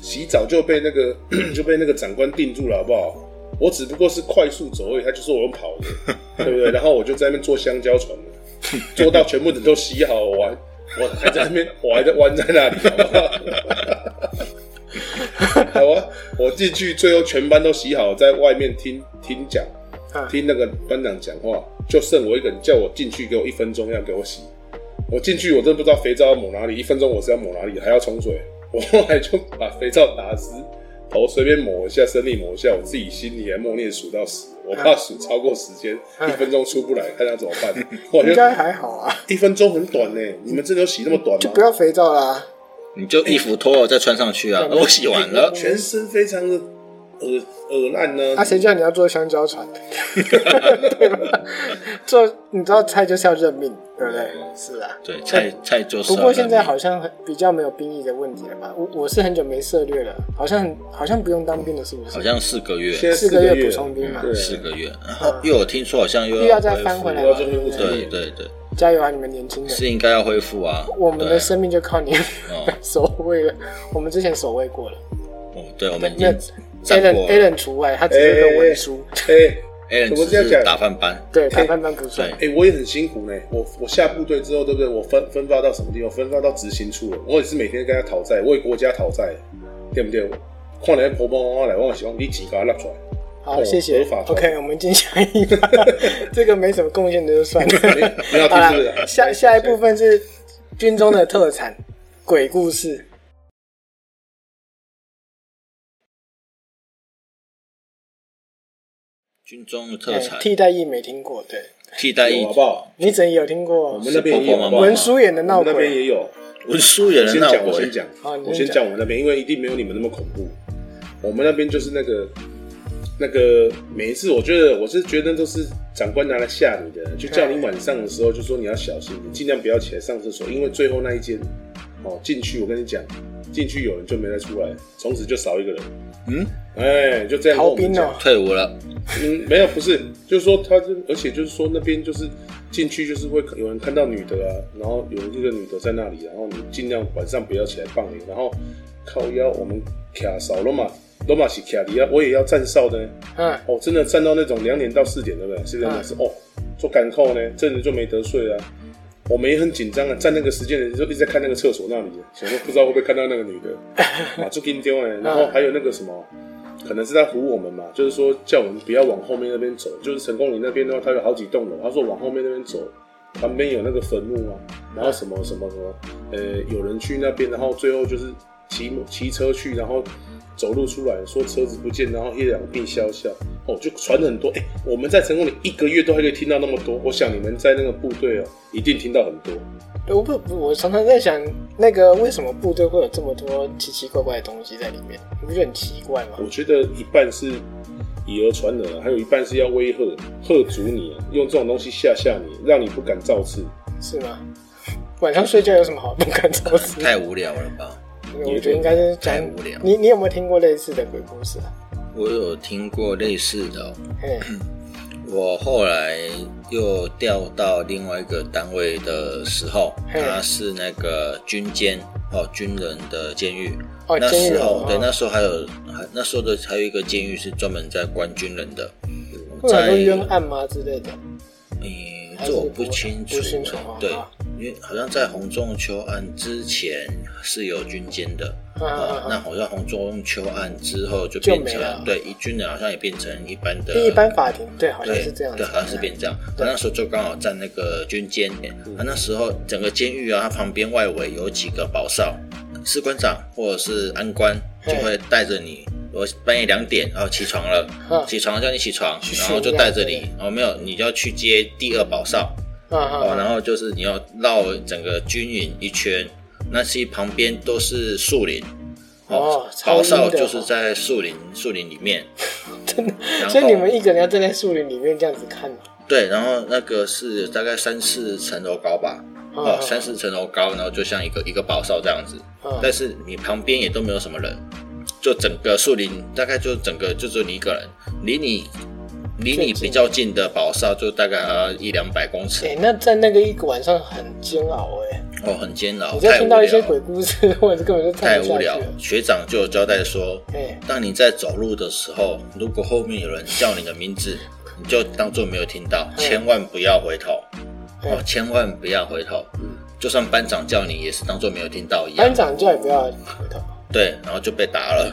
Speaker 2: 洗澡就被那个 *clears throat* 就被那个长官定住了，好不好？我只不过是快速走而已，他就说我用跑的，对不对？然后我就在那边做香蕉船，做到全部人都洗好完，我还在那边，我还在弯在那里，好不好？ *laughs* 好啊，我进去，最后全班都洗好，在外面听听讲，
Speaker 1: 啊
Speaker 2: 听那个班长讲话，就剩我一个人，叫我进去，给我一分钟，要给我洗。我进去，我真的不知道肥皂要抹哪里，一分钟我是要抹哪里，还要冲水。我后来就把肥皂打湿，头随便抹一下，身体抹一下，我自己心里还默念数到十，我怕数超过时间，
Speaker 1: 哎
Speaker 2: 一分钟出不来，看他怎么办。我就
Speaker 1: 应该还好啊，
Speaker 2: 一分钟很短呢，你们真的有洗那么短
Speaker 1: 就不
Speaker 2: 吗？
Speaker 1: 要肥皂啦。
Speaker 3: 你就衣服脱了再穿上去啊！我洗完了，
Speaker 2: 全身非常的恶恶烂呢
Speaker 1: 啊，，谁叫你要做香蕉
Speaker 2: *laughs*
Speaker 1: 船？对吧？做你知道菜就是要认命，对不对？
Speaker 2: 嗯
Speaker 1: 是啊。
Speaker 3: 对，菜菜就是。
Speaker 1: 不过现在好像很比较没有兵役的问题了吧？我我是很久没涉略了，好像好像不用当兵了，是不
Speaker 3: 好
Speaker 1: 是？
Speaker 3: 像四个月，啊嗯
Speaker 2: 现在
Speaker 1: 四
Speaker 2: 四
Speaker 1: 个
Speaker 2: 个
Speaker 1: 月
Speaker 2: 月
Speaker 1: 补充兵嘛，
Speaker 2: 对
Speaker 3: 四个月，然后又有听说好像又
Speaker 1: 又要再翻
Speaker 3: 恢
Speaker 1: 回
Speaker 3: 复
Speaker 1: 来
Speaker 2: 我
Speaker 1: 了
Speaker 2: 要做恢复。
Speaker 3: 对对对，
Speaker 1: 加油啊，你们年轻人！
Speaker 3: 是应该要恢复啊。
Speaker 1: 我们
Speaker 3: 对
Speaker 1: 的生命就靠你们 *laughs*
Speaker 3: 哦
Speaker 1: 守卫了，我们之前守卫过了。
Speaker 3: 哦，对，我们已
Speaker 1: 那 a
Speaker 3: 经站
Speaker 1: l a
Speaker 3: 过
Speaker 1: n a l a n 除外，他只是个文书，
Speaker 2: 哎
Speaker 3: a l
Speaker 2: 怎么这
Speaker 3: 只
Speaker 2: 样
Speaker 3: 是
Speaker 2: 讲
Speaker 3: 打饭班，
Speaker 1: 对，打翻班不算
Speaker 3: 对。
Speaker 2: 哎、我也很辛苦呢。我我下部队之后，对不对？我分分发到什么地方？分发到执行处了。我也是每天跟他讨债，为国家讨债，对不对？看来婆婆妈妈来，我喜欢你几个拉出来，
Speaker 1: 好，谢
Speaker 2: 合
Speaker 1: 谢
Speaker 2: 法。团
Speaker 1: OK，我们进下一趴， *laughs* 这个没什么贡献的就算
Speaker 2: *laughs*
Speaker 1: 了。
Speaker 2: 你要
Speaker 1: 好
Speaker 2: 听是不是啊
Speaker 1: 了，？下下一部分是军中的特产——鬼故事。
Speaker 3: 军中的特
Speaker 1: 哎
Speaker 3: 产
Speaker 1: 替代役没听过，对，
Speaker 3: 替代役
Speaker 2: 哎有好不好？
Speaker 1: 你怎有听过
Speaker 2: 我？们那边也
Speaker 3: 是
Speaker 2: 有，
Speaker 3: 婆婆妈妈
Speaker 1: 文书演的
Speaker 2: 我
Speaker 1: 闹
Speaker 2: 们那边
Speaker 1: 鬼，
Speaker 2: 也有。
Speaker 3: 文书也
Speaker 2: 我
Speaker 3: 能
Speaker 2: 先
Speaker 3: 闹
Speaker 2: 讲，我
Speaker 3: 鬼
Speaker 2: 先，讲
Speaker 1: 好，你
Speaker 2: 我
Speaker 1: 先
Speaker 2: 先
Speaker 1: 讲
Speaker 2: 讲我们那边，因为一定没有你们那么恐怖。我们那边就是那个那个，每一次我觉得我是觉得都是长官拿来吓你的，就叫你晚上的时候就说你要小心，你尽量不要起来上厕所，因为最后那一间哦进去，我跟你讲，进去有人就没再出来，从此就少一个人。
Speaker 3: 嗯，
Speaker 2: 哎，就这样跟
Speaker 1: 逃
Speaker 2: 我们
Speaker 1: 兵
Speaker 2: 讲。
Speaker 1: 哦。
Speaker 3: 退伍了，
Speaker 2: 嗯，没有，不是，就是说他是，而且就是说那边就是进去就是会有人看到女的啊，然后有一个女的在那里，然后你尽量晚上不要起来放你，然后靠腰我们卡少罗马罗马是卡里啊，我也要站哨的呢，
Speaker 1: 嗯，
Speaker 2: 哦，真的站到那种两点到四点，对不对？是这样子、哦，做赶扣呢，这人就没得睡啊。我们也很紧张啊，站那个时间的人就一直在看那个厕所那里，啊想说不知道会不会看到那个女的，啊，就跟丢哎。然后还有那个什么，可能是在唬我们嘛，就是说叫我们不要往后面那边走，就是成功岭那边的话，它有好几栋楼，他说往后面那边走，旁边有那个坟墓啊，然后什么什么什么，呃，有人去那边，然后最后就是骑骑车去，然后走路出来说车子不见，然后一两病消消，哦，就传很多。哎、我们在成功里一个月都还可以听到那么多，我想你们在那个部队哦，一定听到很多。
Speaker 1: 我不，我常常在想，那个为什么部队会有这么多奇奇怪怪的东西在里面？你不觉得很奇怪吗？
Speaker 2: 我觉得一半是以讹传讹，还有一半是要威吓吓足你，啊用这种东西吓吓你，让你不敢造次。
Speaker 1: 是吗？ *laughs* 晚上睡觉有什么好不敢做事？
Speaker 3: *laughs* 太无聊了吧？
Speaker 1: 我觉得应该是讲
Speaker 3: 太无聊
Speaker 1: 你你有没有听过类似的鬼故事哎啊？
Speaker 3: 我有听过类似的哦、
Speaker 1: 嘿，
Speaker 3: 我后来又调到另外一个单位的时候，
Speaker 1: 嘿
Speaker 3: 他是那个军监哦，军人的监狱。
Speaker 1: 哦
Speaker 3: 那
Speaker 1: 监狱
Speaker 3: 时
Speaker 1: 哦
Speaker 3: 候对，
Speaker 1: 哦
Speaker 3: 那时候还有还那时候的还有一个监狱是专门在关军人的，
Speaker 1: 会有很多冤案吗之类的？
Speaker 3: 嗯，这我不清楚
Speaker 1: 不清楚哦，
Speaker 3: 对
Speaker 1: 好，
Speaker 3: 因为好像在洪仲秋案之前是有军监的。
Speaker 1: 啊啊
Speaker 3: 啊，那
Speaker 1: 啊！
Speaker 3: 好像洪仲秋案之后就
Speaker 1: 就
Speaker 3: 变成
Speaker 1: 没了
Speaker 3: 对，一军人好像也变成一般的
Speaker 1: 第一般法庭对，好像
Speaker 3: 对，
Speaker 1: 是这样子，哎嗯
Speaker 3: 对，好像是变这样。他那时候就刚好站那个军监，他那时候整个监狱啊，它旁边外围有几个保哨，士官长或者是安官
Speaker 1: 嘿
Speaker 3: 就会带着你。我半夜两点，然后起床
Speaker 1: 啊
Speaker 3: 了，起床叫你起床
Speaker 1: 去，
Speaker 3: 然
Speaker 1: 巡
Speaker 3: 后就
Speaker 1: 逻
Speaker 3: 带着
Speaker 1: 对
Speaker 3: 你，哦没有，你就要去接第二保哨，
Speaker 1: 啊啊
Speaker 3: 哦，
Speaker 1: 啊！
Speaker 3: 然后就是你要绕整个军营一圈，那其实旁边都是树林，
Speaker 1: 哦超
Speaker 3: 保
Speaker 1: 阴
Speaker 3: 哨
Speaker 1: 的
Speaker 3: 就是
Speaker 1: 哦
Speaker 3: 在树林树林里面，
Speaker 1: *laughs* 真的，
Speaker 3: 然
Speaker 1: 所以你
Speaker 3: 后
Speaker 1: 们一个人要站在树林里面这样子看哦
Speaker 3: 对，然后那个是大概三四层楼高吧，
Speaker 1: 哦
Speaker 3: 哦，三四层楼高，然后就像一个一个堡哨这样子，
Speaker 1: 嗯
Speaker 3: 但是你旁边也都没有什么人，就整个树林大概就整个就只有你一个人，离你离
Speaker 1: 最
Speaker 3: 你
Speaker 1: 近
Speaker 3: 比较近的堡哨就大概呃一两百公尺
Speaker 1: 哎、，那在那个一个晚上很煎熬哎、
Speaker 3: 哦，很煎熬，
Speaker 1: 你就
Speaker 3: 太
Speaker 1: 听
Speaker 3: 无
Speaker 1: 到
Speaker 3: 聊
Speaker 1: 一些鬼故事， *laughs* 我是根本就看
Speaker 3: 太
Speaker 1: 不
Speaker 3: 无
Speaker 1: 下去
Speaker 3: 聊
Speaker 1: 了。。
Speaker 3: 学长就有交代说，
Speaker 1: 哎、
Speaker 3: 当你在走路的时候，如果后面有人叫你的名字，你就当做没有听到，
Speaker 1: 嗯
Speaker 3: 千万不要回头。
Speaker 1: 嗯
Speaker 3: 哦，千万不要回头，就算班长叫你，也是当做没有听到一样
Speaker 1: 班。长叫也不要回头。
Speaker 3: 对，然后就被打了。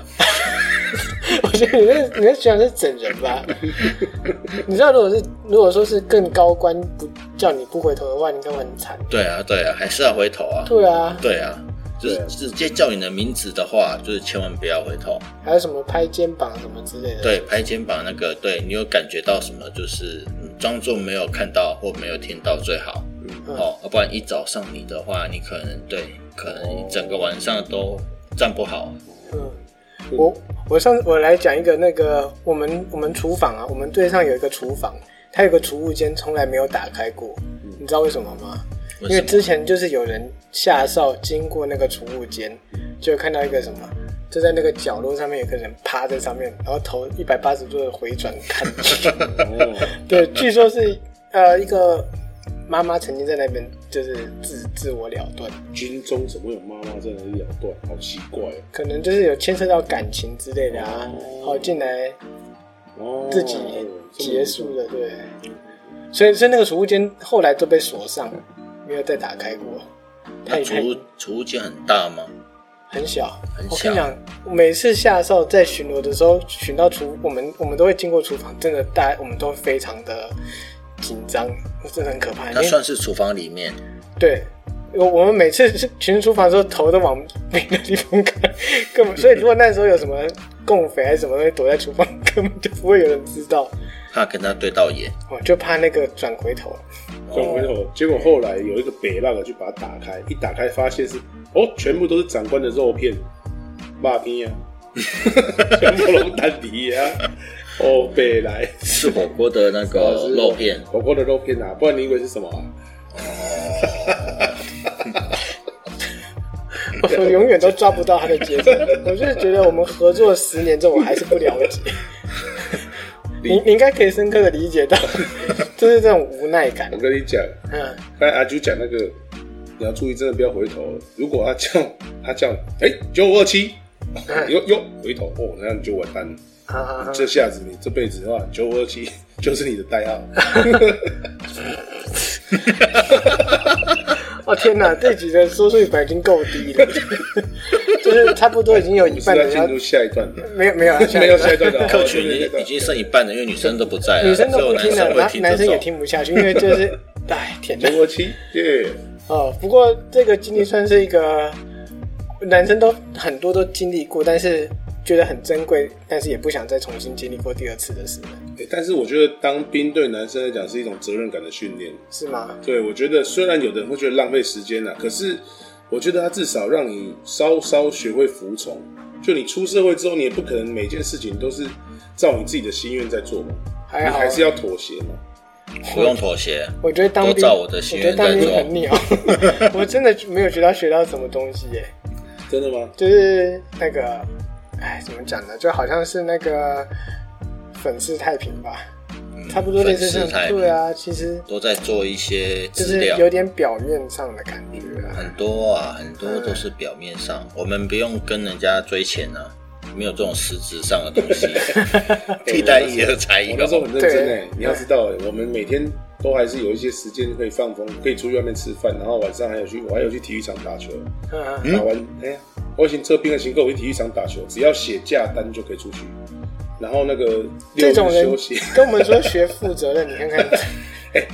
Speaker 1: 我觉得你那你那学长是整人吧？ *laughs* 你知道，如果是如果说是更高官不叫你不回头的话，你应该会很惨。
Speaker 3: 对啊，对啊，还是要回头啊。
Speaker 1: 对啊，
Speaker 3: 对啊，就是
Speaker 2: 对啊
Speaker 3: 直接叫你的名字的话，就是千万不要回头。
Speaker 1: 还有什么拍肩膀什么之类的。，
Speaker 3: 对，拍肩膀那个，对你有感觉到什么，就是嗯装作没有看到或没有听到最好。
Speaker 1: 嗯
Speaker 3: 哦，要不然一早上你的话，你可能对，可能整个晚上都站不好。
Speaker 1: 嗯，我我上我来讲一个那个我们我们厨房啊，我们队上有一个厨房，它有个储物间从来没有打开过，你知道为什么吗？
Speaker 3: 嗯为
Speaker 1: 因为
Speaker 3: 什么？
Speaker 1: 之前就是有人下哨经过那个储物间，就看到一个什么，就在那个角落上面有个人趴在上面，然后头一百八十度的回转
Speaker 3: *laughs*
Speaker 1: 看去。
Speaker 2: 哦，
Speaker 1: 对，据说是呃一个妈妈曾经在那边就是自自我了断，
Speaker 2: *laughs* 军中怎么有妈妈在那里咬断？好奇怪
Speaker 1: 可能就是有牵涉到感情之类的啊，好进来
Speaker 2: 哦。哦，
Speaker 1: 自己结束了，对。所以所以那个储物间后来都被锁上了，没有再打开过。太太
Speaker 3: 那
Speaker 1: 哎
Speaker 3: 储物储物间很大吗？
Speaker 1: 很小，
Speaker 3: 很
Speaker 1: 我跟你
Speaker 3: 小
Speaker 1: 讲，每次下哨在巡逻的时候，巡到厨，我们我们都会经过厨房，真的大，我们都非常的紧张，真的很可怕。因
Speaker 3: 它
Speaker 1: 为
Speaker 3: 算是厨房里面。
Speaker 1: 对，我我们每次是巡厨房的时候，头都往别的地方看，根本所以如果那时候有什么共匪还是什么东西躲在厨房， *laughs* 根本就不会有人知道。
Speaker 3: 怕跟他对到眼，哦
Speaker 1: 我就怕那个转回头，
Speaker 2: 转回头，结果后来有一个北浪的去把它打开，一打开发现是哦，全部都是长官的肉片，骂皮啊，全部都蛋皮啊，哦，北来
Speaker 3: 吃火锅的那
Speaker 1: *laughs* 哦
Speaker 3: 个肉片，
Speaker 2: 火锅的肉片啊，不然你以为是什么啊？
Speaker 1: *laughs* 我永远都抓不到他的节奏。
Speaker 2: *laughs*
Speaker 1: 我就是觉得我们合作十年之后，我还是不了
Speaker 2: *laughs*
Speaker 1: 解。你你应该可以深刻的理
Speaker 2: *laughs*
Speaker 1: 解到，就是这种无奈感
Speaker 2: 我。跟你讲，
Speaker 1: 嗯，
Speaker 2: 刚才阿朱讲那个，你要注意，真的不要回头。如果他叫 *laughs* 他叫，哎、九五二七，哟哟，回头哦，那你就完蛋了。
Speaker 1: 好好好，
Speaker 2: 这下子你这辈子的话，九五二七 *laughs* 就是你的代号。
Speaker 1: 哦天哪，这集的收视率本来已经够低
Speaker 2: *laughs*
Speaker 1: 了，就是差不多已经有
Speaker 2: 我
Speaker 1: 一
Speaker 2: 们是
Speaker 1: 半
Speaker 2: 要
Speaker 1: 的人
Speaker 2: 进
Speaker 1: 要
Speaker 2: 入下一段的，
Speaker 1: 没有没有啊
Speaker 2: *laughs* 没有下一
Speaker 1: *laughs*
Speaker 2: 段的，
Speaker 3: 客
Speaker 2: 哦
Speaker 3: 群已经已经剩一半了，因为女生都不在了，啊
Speaker 1: 女生都不
Speaker 3: 只有
Speaker 1: 听
Speaker 2: 啊
Speaker 3: 男
Speaker 1: 了，
Speaker 3: 生会
Speaker 1: 然后
Speaker 3: 听
Speaker 1: 男
Speaker 3: 这
Speaker 1: 生也
Speaker 2: *laughs*
Speaker 3: 种。
Speaker 1: 听不下去，因为就是哎，天哪
Speaker 2: 民！国七耶，
Speaker 1: 哦，不过这个经历算是一个男生都很多都经历过，但是觉得很珍贵，但是也不想再重新经历过第二次的事了，
Speaker 2: 欸但是我觉得当兵对男生来讲是一种责任感的训练。
Speaker 1: 是吗？
Speaker 2: 对，我觉得虽然有的人会觉得浪费时间啦，可是我觉得他至少让你稍稍学会服从。就你出社会之后，你也不可能每件事情都是照你自己的心愿在做嘛，你
Speaker 1: 还好，
Speaker 2: 还是要妥协嘛。
Speaker 3: 不用妥协。
Speaker 1: 我觉得当兵，
Speaker 3: 都照我的心
Speaker 1: 觉得
Speaker 3: 愿
Speaker 1: 当
Speaker 3: 在
Speaker 1: 兵
Speaker 3: 做
Speaker 1: 很腻哦，
Speaker 3: *laughs*
Speaker 1: 我真的没有觉得学到什么东西耶。
Speaker 2: 真的吗？
Speaker 1: 就是那个，哎，怎么讲呢？就好像是那个粉饰太平吧，
Speaker 3: 嗯
Speaker 1: 差不多类似
Speaker 3: 粉饰
Speaker 1: 像
Speaker 3: 太
Speaker 1: 对啊，其实
Speaker 3: 都在做一些
Speaker 1: 就
Speaker 3: 资
Speaker 1: 是
Speaker 3: 料，
Speaker 1: 有点表面上的感觉啊。
Speaker 3: 很多啊，很多都是表面上，我们不用跟人家追钱啊，没有这种实质上的东
Speaker 2: *laughs*
Speaker 3: 西，替代一而才
Speaker 2: 我
Speaker 3: 有
Speaker 2: 那。时候很认真哎、
Speaker 1: 对
Speaker 2: 你要知道哎、我们每天都还是有一些时间可以放风，可以出去外面吃饭，然后晚上还有去，我还有去体育场打球，
Speaker 1: 嗯，
Speaker 2: 打完哎呀，我以前这兵的行够，我去体育场打球，只要写假单就可以出去，然后那个六
Speaker 1: 这
Speaker 2: 日
Speaker 1: 种人
Speaker 2: 休息。 *laughs*
Speaker 1: 跟我们说学负责任，你看看，
Speaker 2: 哎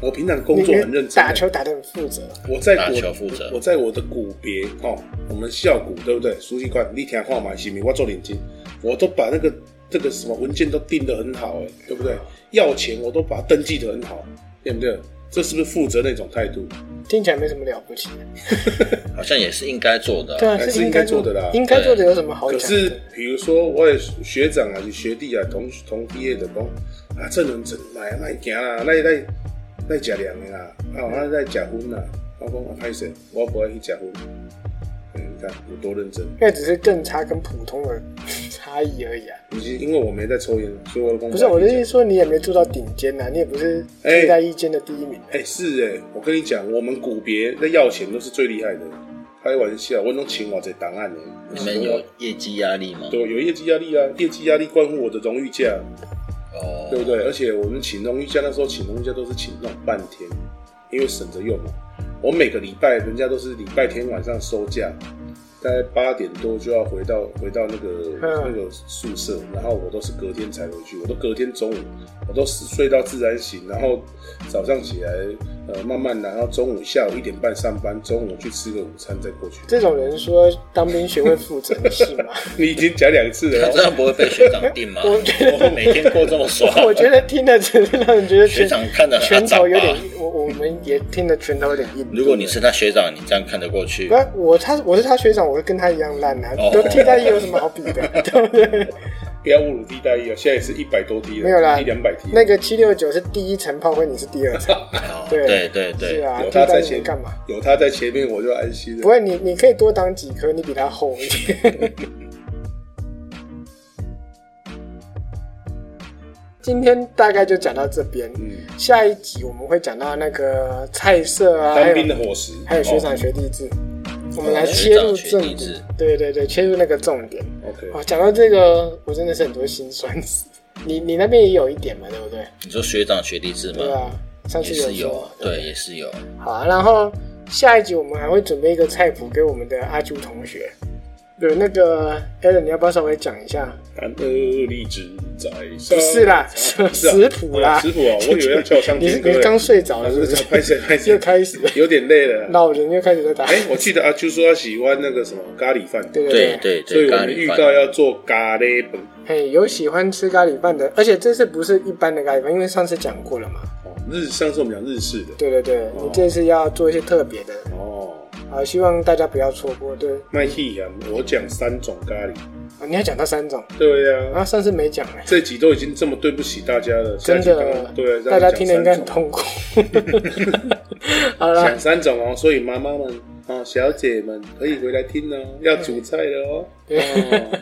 Speaker 2: 我平常工作很认
Speaker 1: 你
Speaker 2: 真、欸
Speaker 1: 打球打得很负责，
Speaker 2: 我在
Speaker 3: 打
Speaker 2: 我
Speaker 3: 球负责
Speaker 2: 我在我的股别哦，我们校股对不对？书记官，你听话嘛，行不？我做领巾，我都把那个这个什么文件都定得很好，哎，对不对？要钱我都把它登记得很好，对不对？这是不是负责那种态度？
Speaker 1: 听起来没什么了不起。
Speaker 3: 好像也是应该做的啊、
Speaker 1: 对啊，
Speaker 2: 还是
Speaker 1: 应该
Speaker 2: 应该做的啦
Speaker 1: 应该做的有什么好
Speaker 2: 可
Speaker 1: 讲
Speaker 2: 是
Speaker 1: 的？
Speaker 2: 比如说，我的学长啊，是学弟啊，同同毕业的讲啊，这人真来卖行啦，来来来食凉的啦，啊，啊来食荤啦。我讲啊，歹势，我不爱去食荤。嗯，你看有多认真。
Speaker 1: 那只是更差跟普通的 *laughs* 差异而已啊。
Speaker 2: 你是因为我没在抽烟，所以我的工
Speaker 1: 不
Speaker 2: 作
Speaker 1: 是，我的意思说你也没做到顶尖呐、啊，你也不是替代一间的第一名、
Speaker 2: 哎、是哎、我跟你讲，我们股别在要钱都是最厉害的。开玩笑，我能请我这档案呢？
Speaker 3: 你们有业绩压力吗？
Speaker 2: 对，有业绩压力啊，业绩压力关乎我的荣誉价，
Speaker 3: 哦，
Speaker 2: 对不对？而且我们请荣誉假，那时候请荣誉假都是请那种半天，因为省着用嘛。我每个礼拜人家都是礼拜天晚上收假，大概八点多就要回到回到那个那
Speaker 1: 嗯
Speaker 2: 个宿舍，然后我都是隔天才回去，我都隔天中午，我都是睡到自然醒，然后早上起来呃慢慢的，然后中午下午一点半上班，中午去吃个午餐再过去。 *laughs*
Speaker 1: 这种人说当兵学会负责，你信吗？
Speaker 2: 你已经讲两次了
Speaker 3: 他
Speaker 2: 哦，
Speaker 3: 这样不会被学长定吗？
Speaker 1: 我觉
Speaker 3: 我每天过这么爽，
Speaker 1: *laughs* *laughs* 我觉得听的只是让人觉得
Speaker 3: 学
Speaker 1: 拳
Speaker 3: 长看得很
Speaker 1: 拳
Speaker 3: 阿杂
Speaker 1: 头
Speaker 3: 吧
Speaker 1: 有点，
Speaker 2: 啊
Speaker 1: 我我们也听的拳头有点硬。
Speaker 3: 如果你是他学长，你这样看得过去
Speaker 1: 不，，我他我是他学长，我会跟他一样烂啊
Speaker 3: 哦，
Speaker 1: 都替代一有什么好比
Speaker 3: *laughs*
Speaker 1: 的，对不对？
Speaker 2: 不要侮辱地大一啊，现在也是一百多梯了，
Speaker 1: 没有啦
Speaker 2: 一两百梯。
Speaker 1: 那个七六九是第一层炮灰，你是第二层，
Speaker 3: 哦
Speaker 1: 对
Speaker 3: 对对
Speaker 1: 是
Speaker 3: 对，
Speaker 1: 啊，
Speaker 2: 有
Speaker 1: 替
Speaker 2: 他
Speaker 1: 代
Speaker 2: 在
Speaker 1: 你
Speaker 2: 前
Speaker 1: 干嘛？？
Speaker 2: 有他在前面，我就安心了。
Speaker 1: 不会，你你可以多当几颗，你比他厚一点。 *laughs* 今天大概就讲到这边，
Speaker 2: 嗯，
Speaker 1: 下一集我们会讲到那个菜色啊，还
Speaker 2: 当兵的
Speaker 1: 有
Speaker 2: 伙食，
Speaker 1: 还有学长
Speaker 2: 哦
Speaker 1: 学弟制，我们来
Speaker 3: 哦
Speaker 1: 切入
Speaker 3: 学
Speaker 1: 正
Speaker 3: 长学弟
Speaker 1: 点
Speaker 3: 制，
Speaker 1: 对对对，切入那个重点。
Speaker 2: OK，
Speaker 1: 哦，讲到这个，我真的是很多心酸史。你你那边也有一点嘛，对不对？
Speaker 3: 你说学长学弟制
Speaker 1: 对
Speaker 3: 吗？
Speaker 1: 啊，上次
Speaker 3: 嗯也
Speaker 1: 有
Speaker 3: 是
Speaker 1: 说
Speaker 3: 有
Speaker 1: 嘛，
Speaker 3: 对，也是有。
Speaker 1: 好啊，然后下一集我们还会准备一个菜谱给我们的阿朱同学。对，那个 a l n 你要不要稍微讲一下？
Speaker 2: 含恶荔枝在上，
Speaker 1: 不是啦，
Speaker 2: 啊
Speaker 1: 食食谱啦，
Speaker 2: 哦食谱啊，我以为要叫香槟。
Speaker 1: 你是
Speaker 2: 各
Speaker 1: 你是
Speaker 2: 位
Speaker 1: 刚睡着
Speaker 2: 啊
Speaker 1: 了是不
Speaker 2: 是
Speaker 1: 是？
Speaker 2: *laughs* 拍谁拍
Speaker 1: *laughs*
Speaker 2: 谁
Speaker 1: 又，开始
Speaker 2: 有点累了。
Speaker 1: 老人又开始在打。
Speaker 2: 哎，我记得阿秋说他喜欢那个什么咖喱饭，
Speaker 1: 对
Speaker 3: 对
Speaker 1: 对，
Speaker 3: 对
Speaker 2: 所以
Speaker 3: 对，
Speaker 2: 我
Speaker 3: 咖
Speaker 2: 们
Speaker 3: 喱
Speaker 2: 预
Speaker 3: 饭
Speaker 2: 告要做咖喱粉。
Speaker 1: 嘿，有喜欢吃咖喱饭的，而且这次不是一般的咖喱饭，因为上次讲过了嘛。
Speaker 2: 哦，日上次我们讲日式的
Speaker 1: 对对对，
Speaker 3: 哦
Speaker 1: 你这次要做一些特别的，
Speaker 2: 哦，
Speaker 1: 啊，希望大家不要错过。对，
Speaker 2: 麦气啊，我讲三种咖喱。
Speaker 1: 啊，你要讲到三种，
Speaker 2: 对呀、
Speaker 1: 啊，上次没讲哎、
Speaker 2: 这集都已经这么对不起大家了，下
Speaker 1: 真
Speaker 2: 集当
Speaker 1: 的
Speaker 2: 然，对啊，
Speaker 1: 大家听
Speaker 2: 的
Speaker 1: 得应该很痛啊苦。好了
Speaker 2: 讲，三种哦，所以妈妈们哦，小姐们可以回来听哦，要煮菜的哦，哦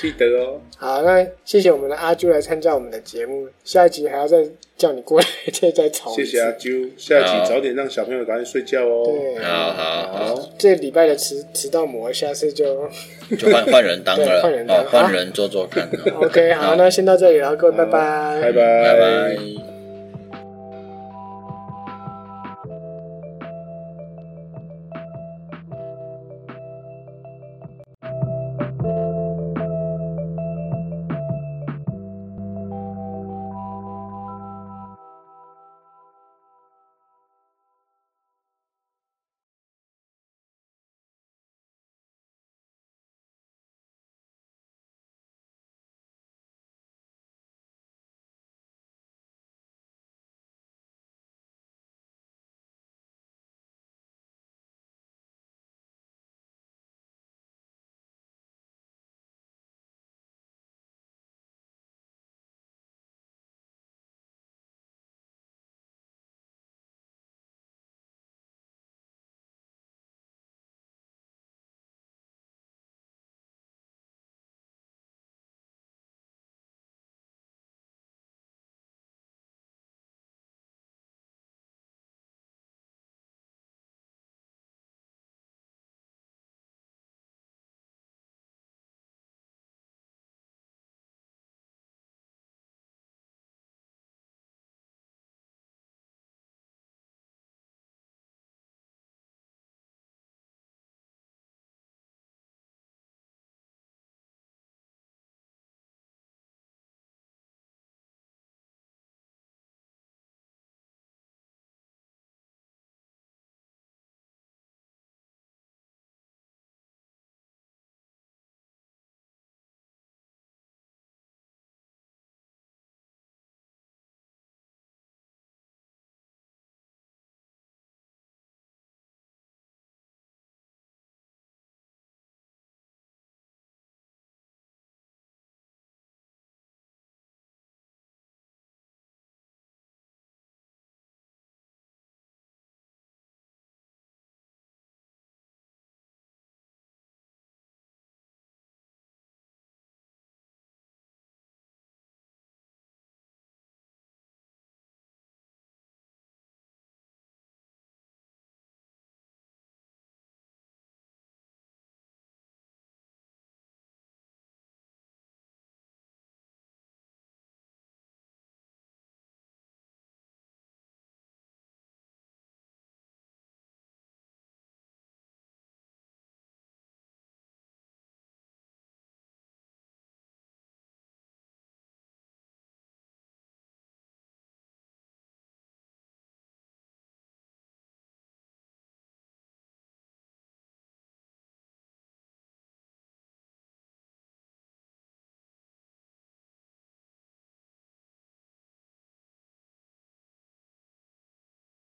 Speaker 2: 记得哦，
Speaker 1: *laughs* 好，那谢谢我们的阿朱来参加我们的节目，下一集还要再叫你过来， *laughs* 再再吵一次。
Speaker 2: 谢啊谢阿啾，下一
Speaker 3: 好
Speaker 2: 集早点让小朋友赶紧睡觉哦。
Speaker 1: 对，
Speaker 3: 好好好，
Speaker 2: 好，
Speaker 1: 这礼拜的迟迟到魔，下次就
Speaker 3: 就换换人当了
Speaker 1: 对，换人当
Speaker 3: 哦，换人做做看哦。
Speaker 1: OK。好，那先到这里了，各位，拜拜，
Speaker 2: 拜
Speaker 3: 拜
Speaker 2: 拜
Speaker 3: 拜。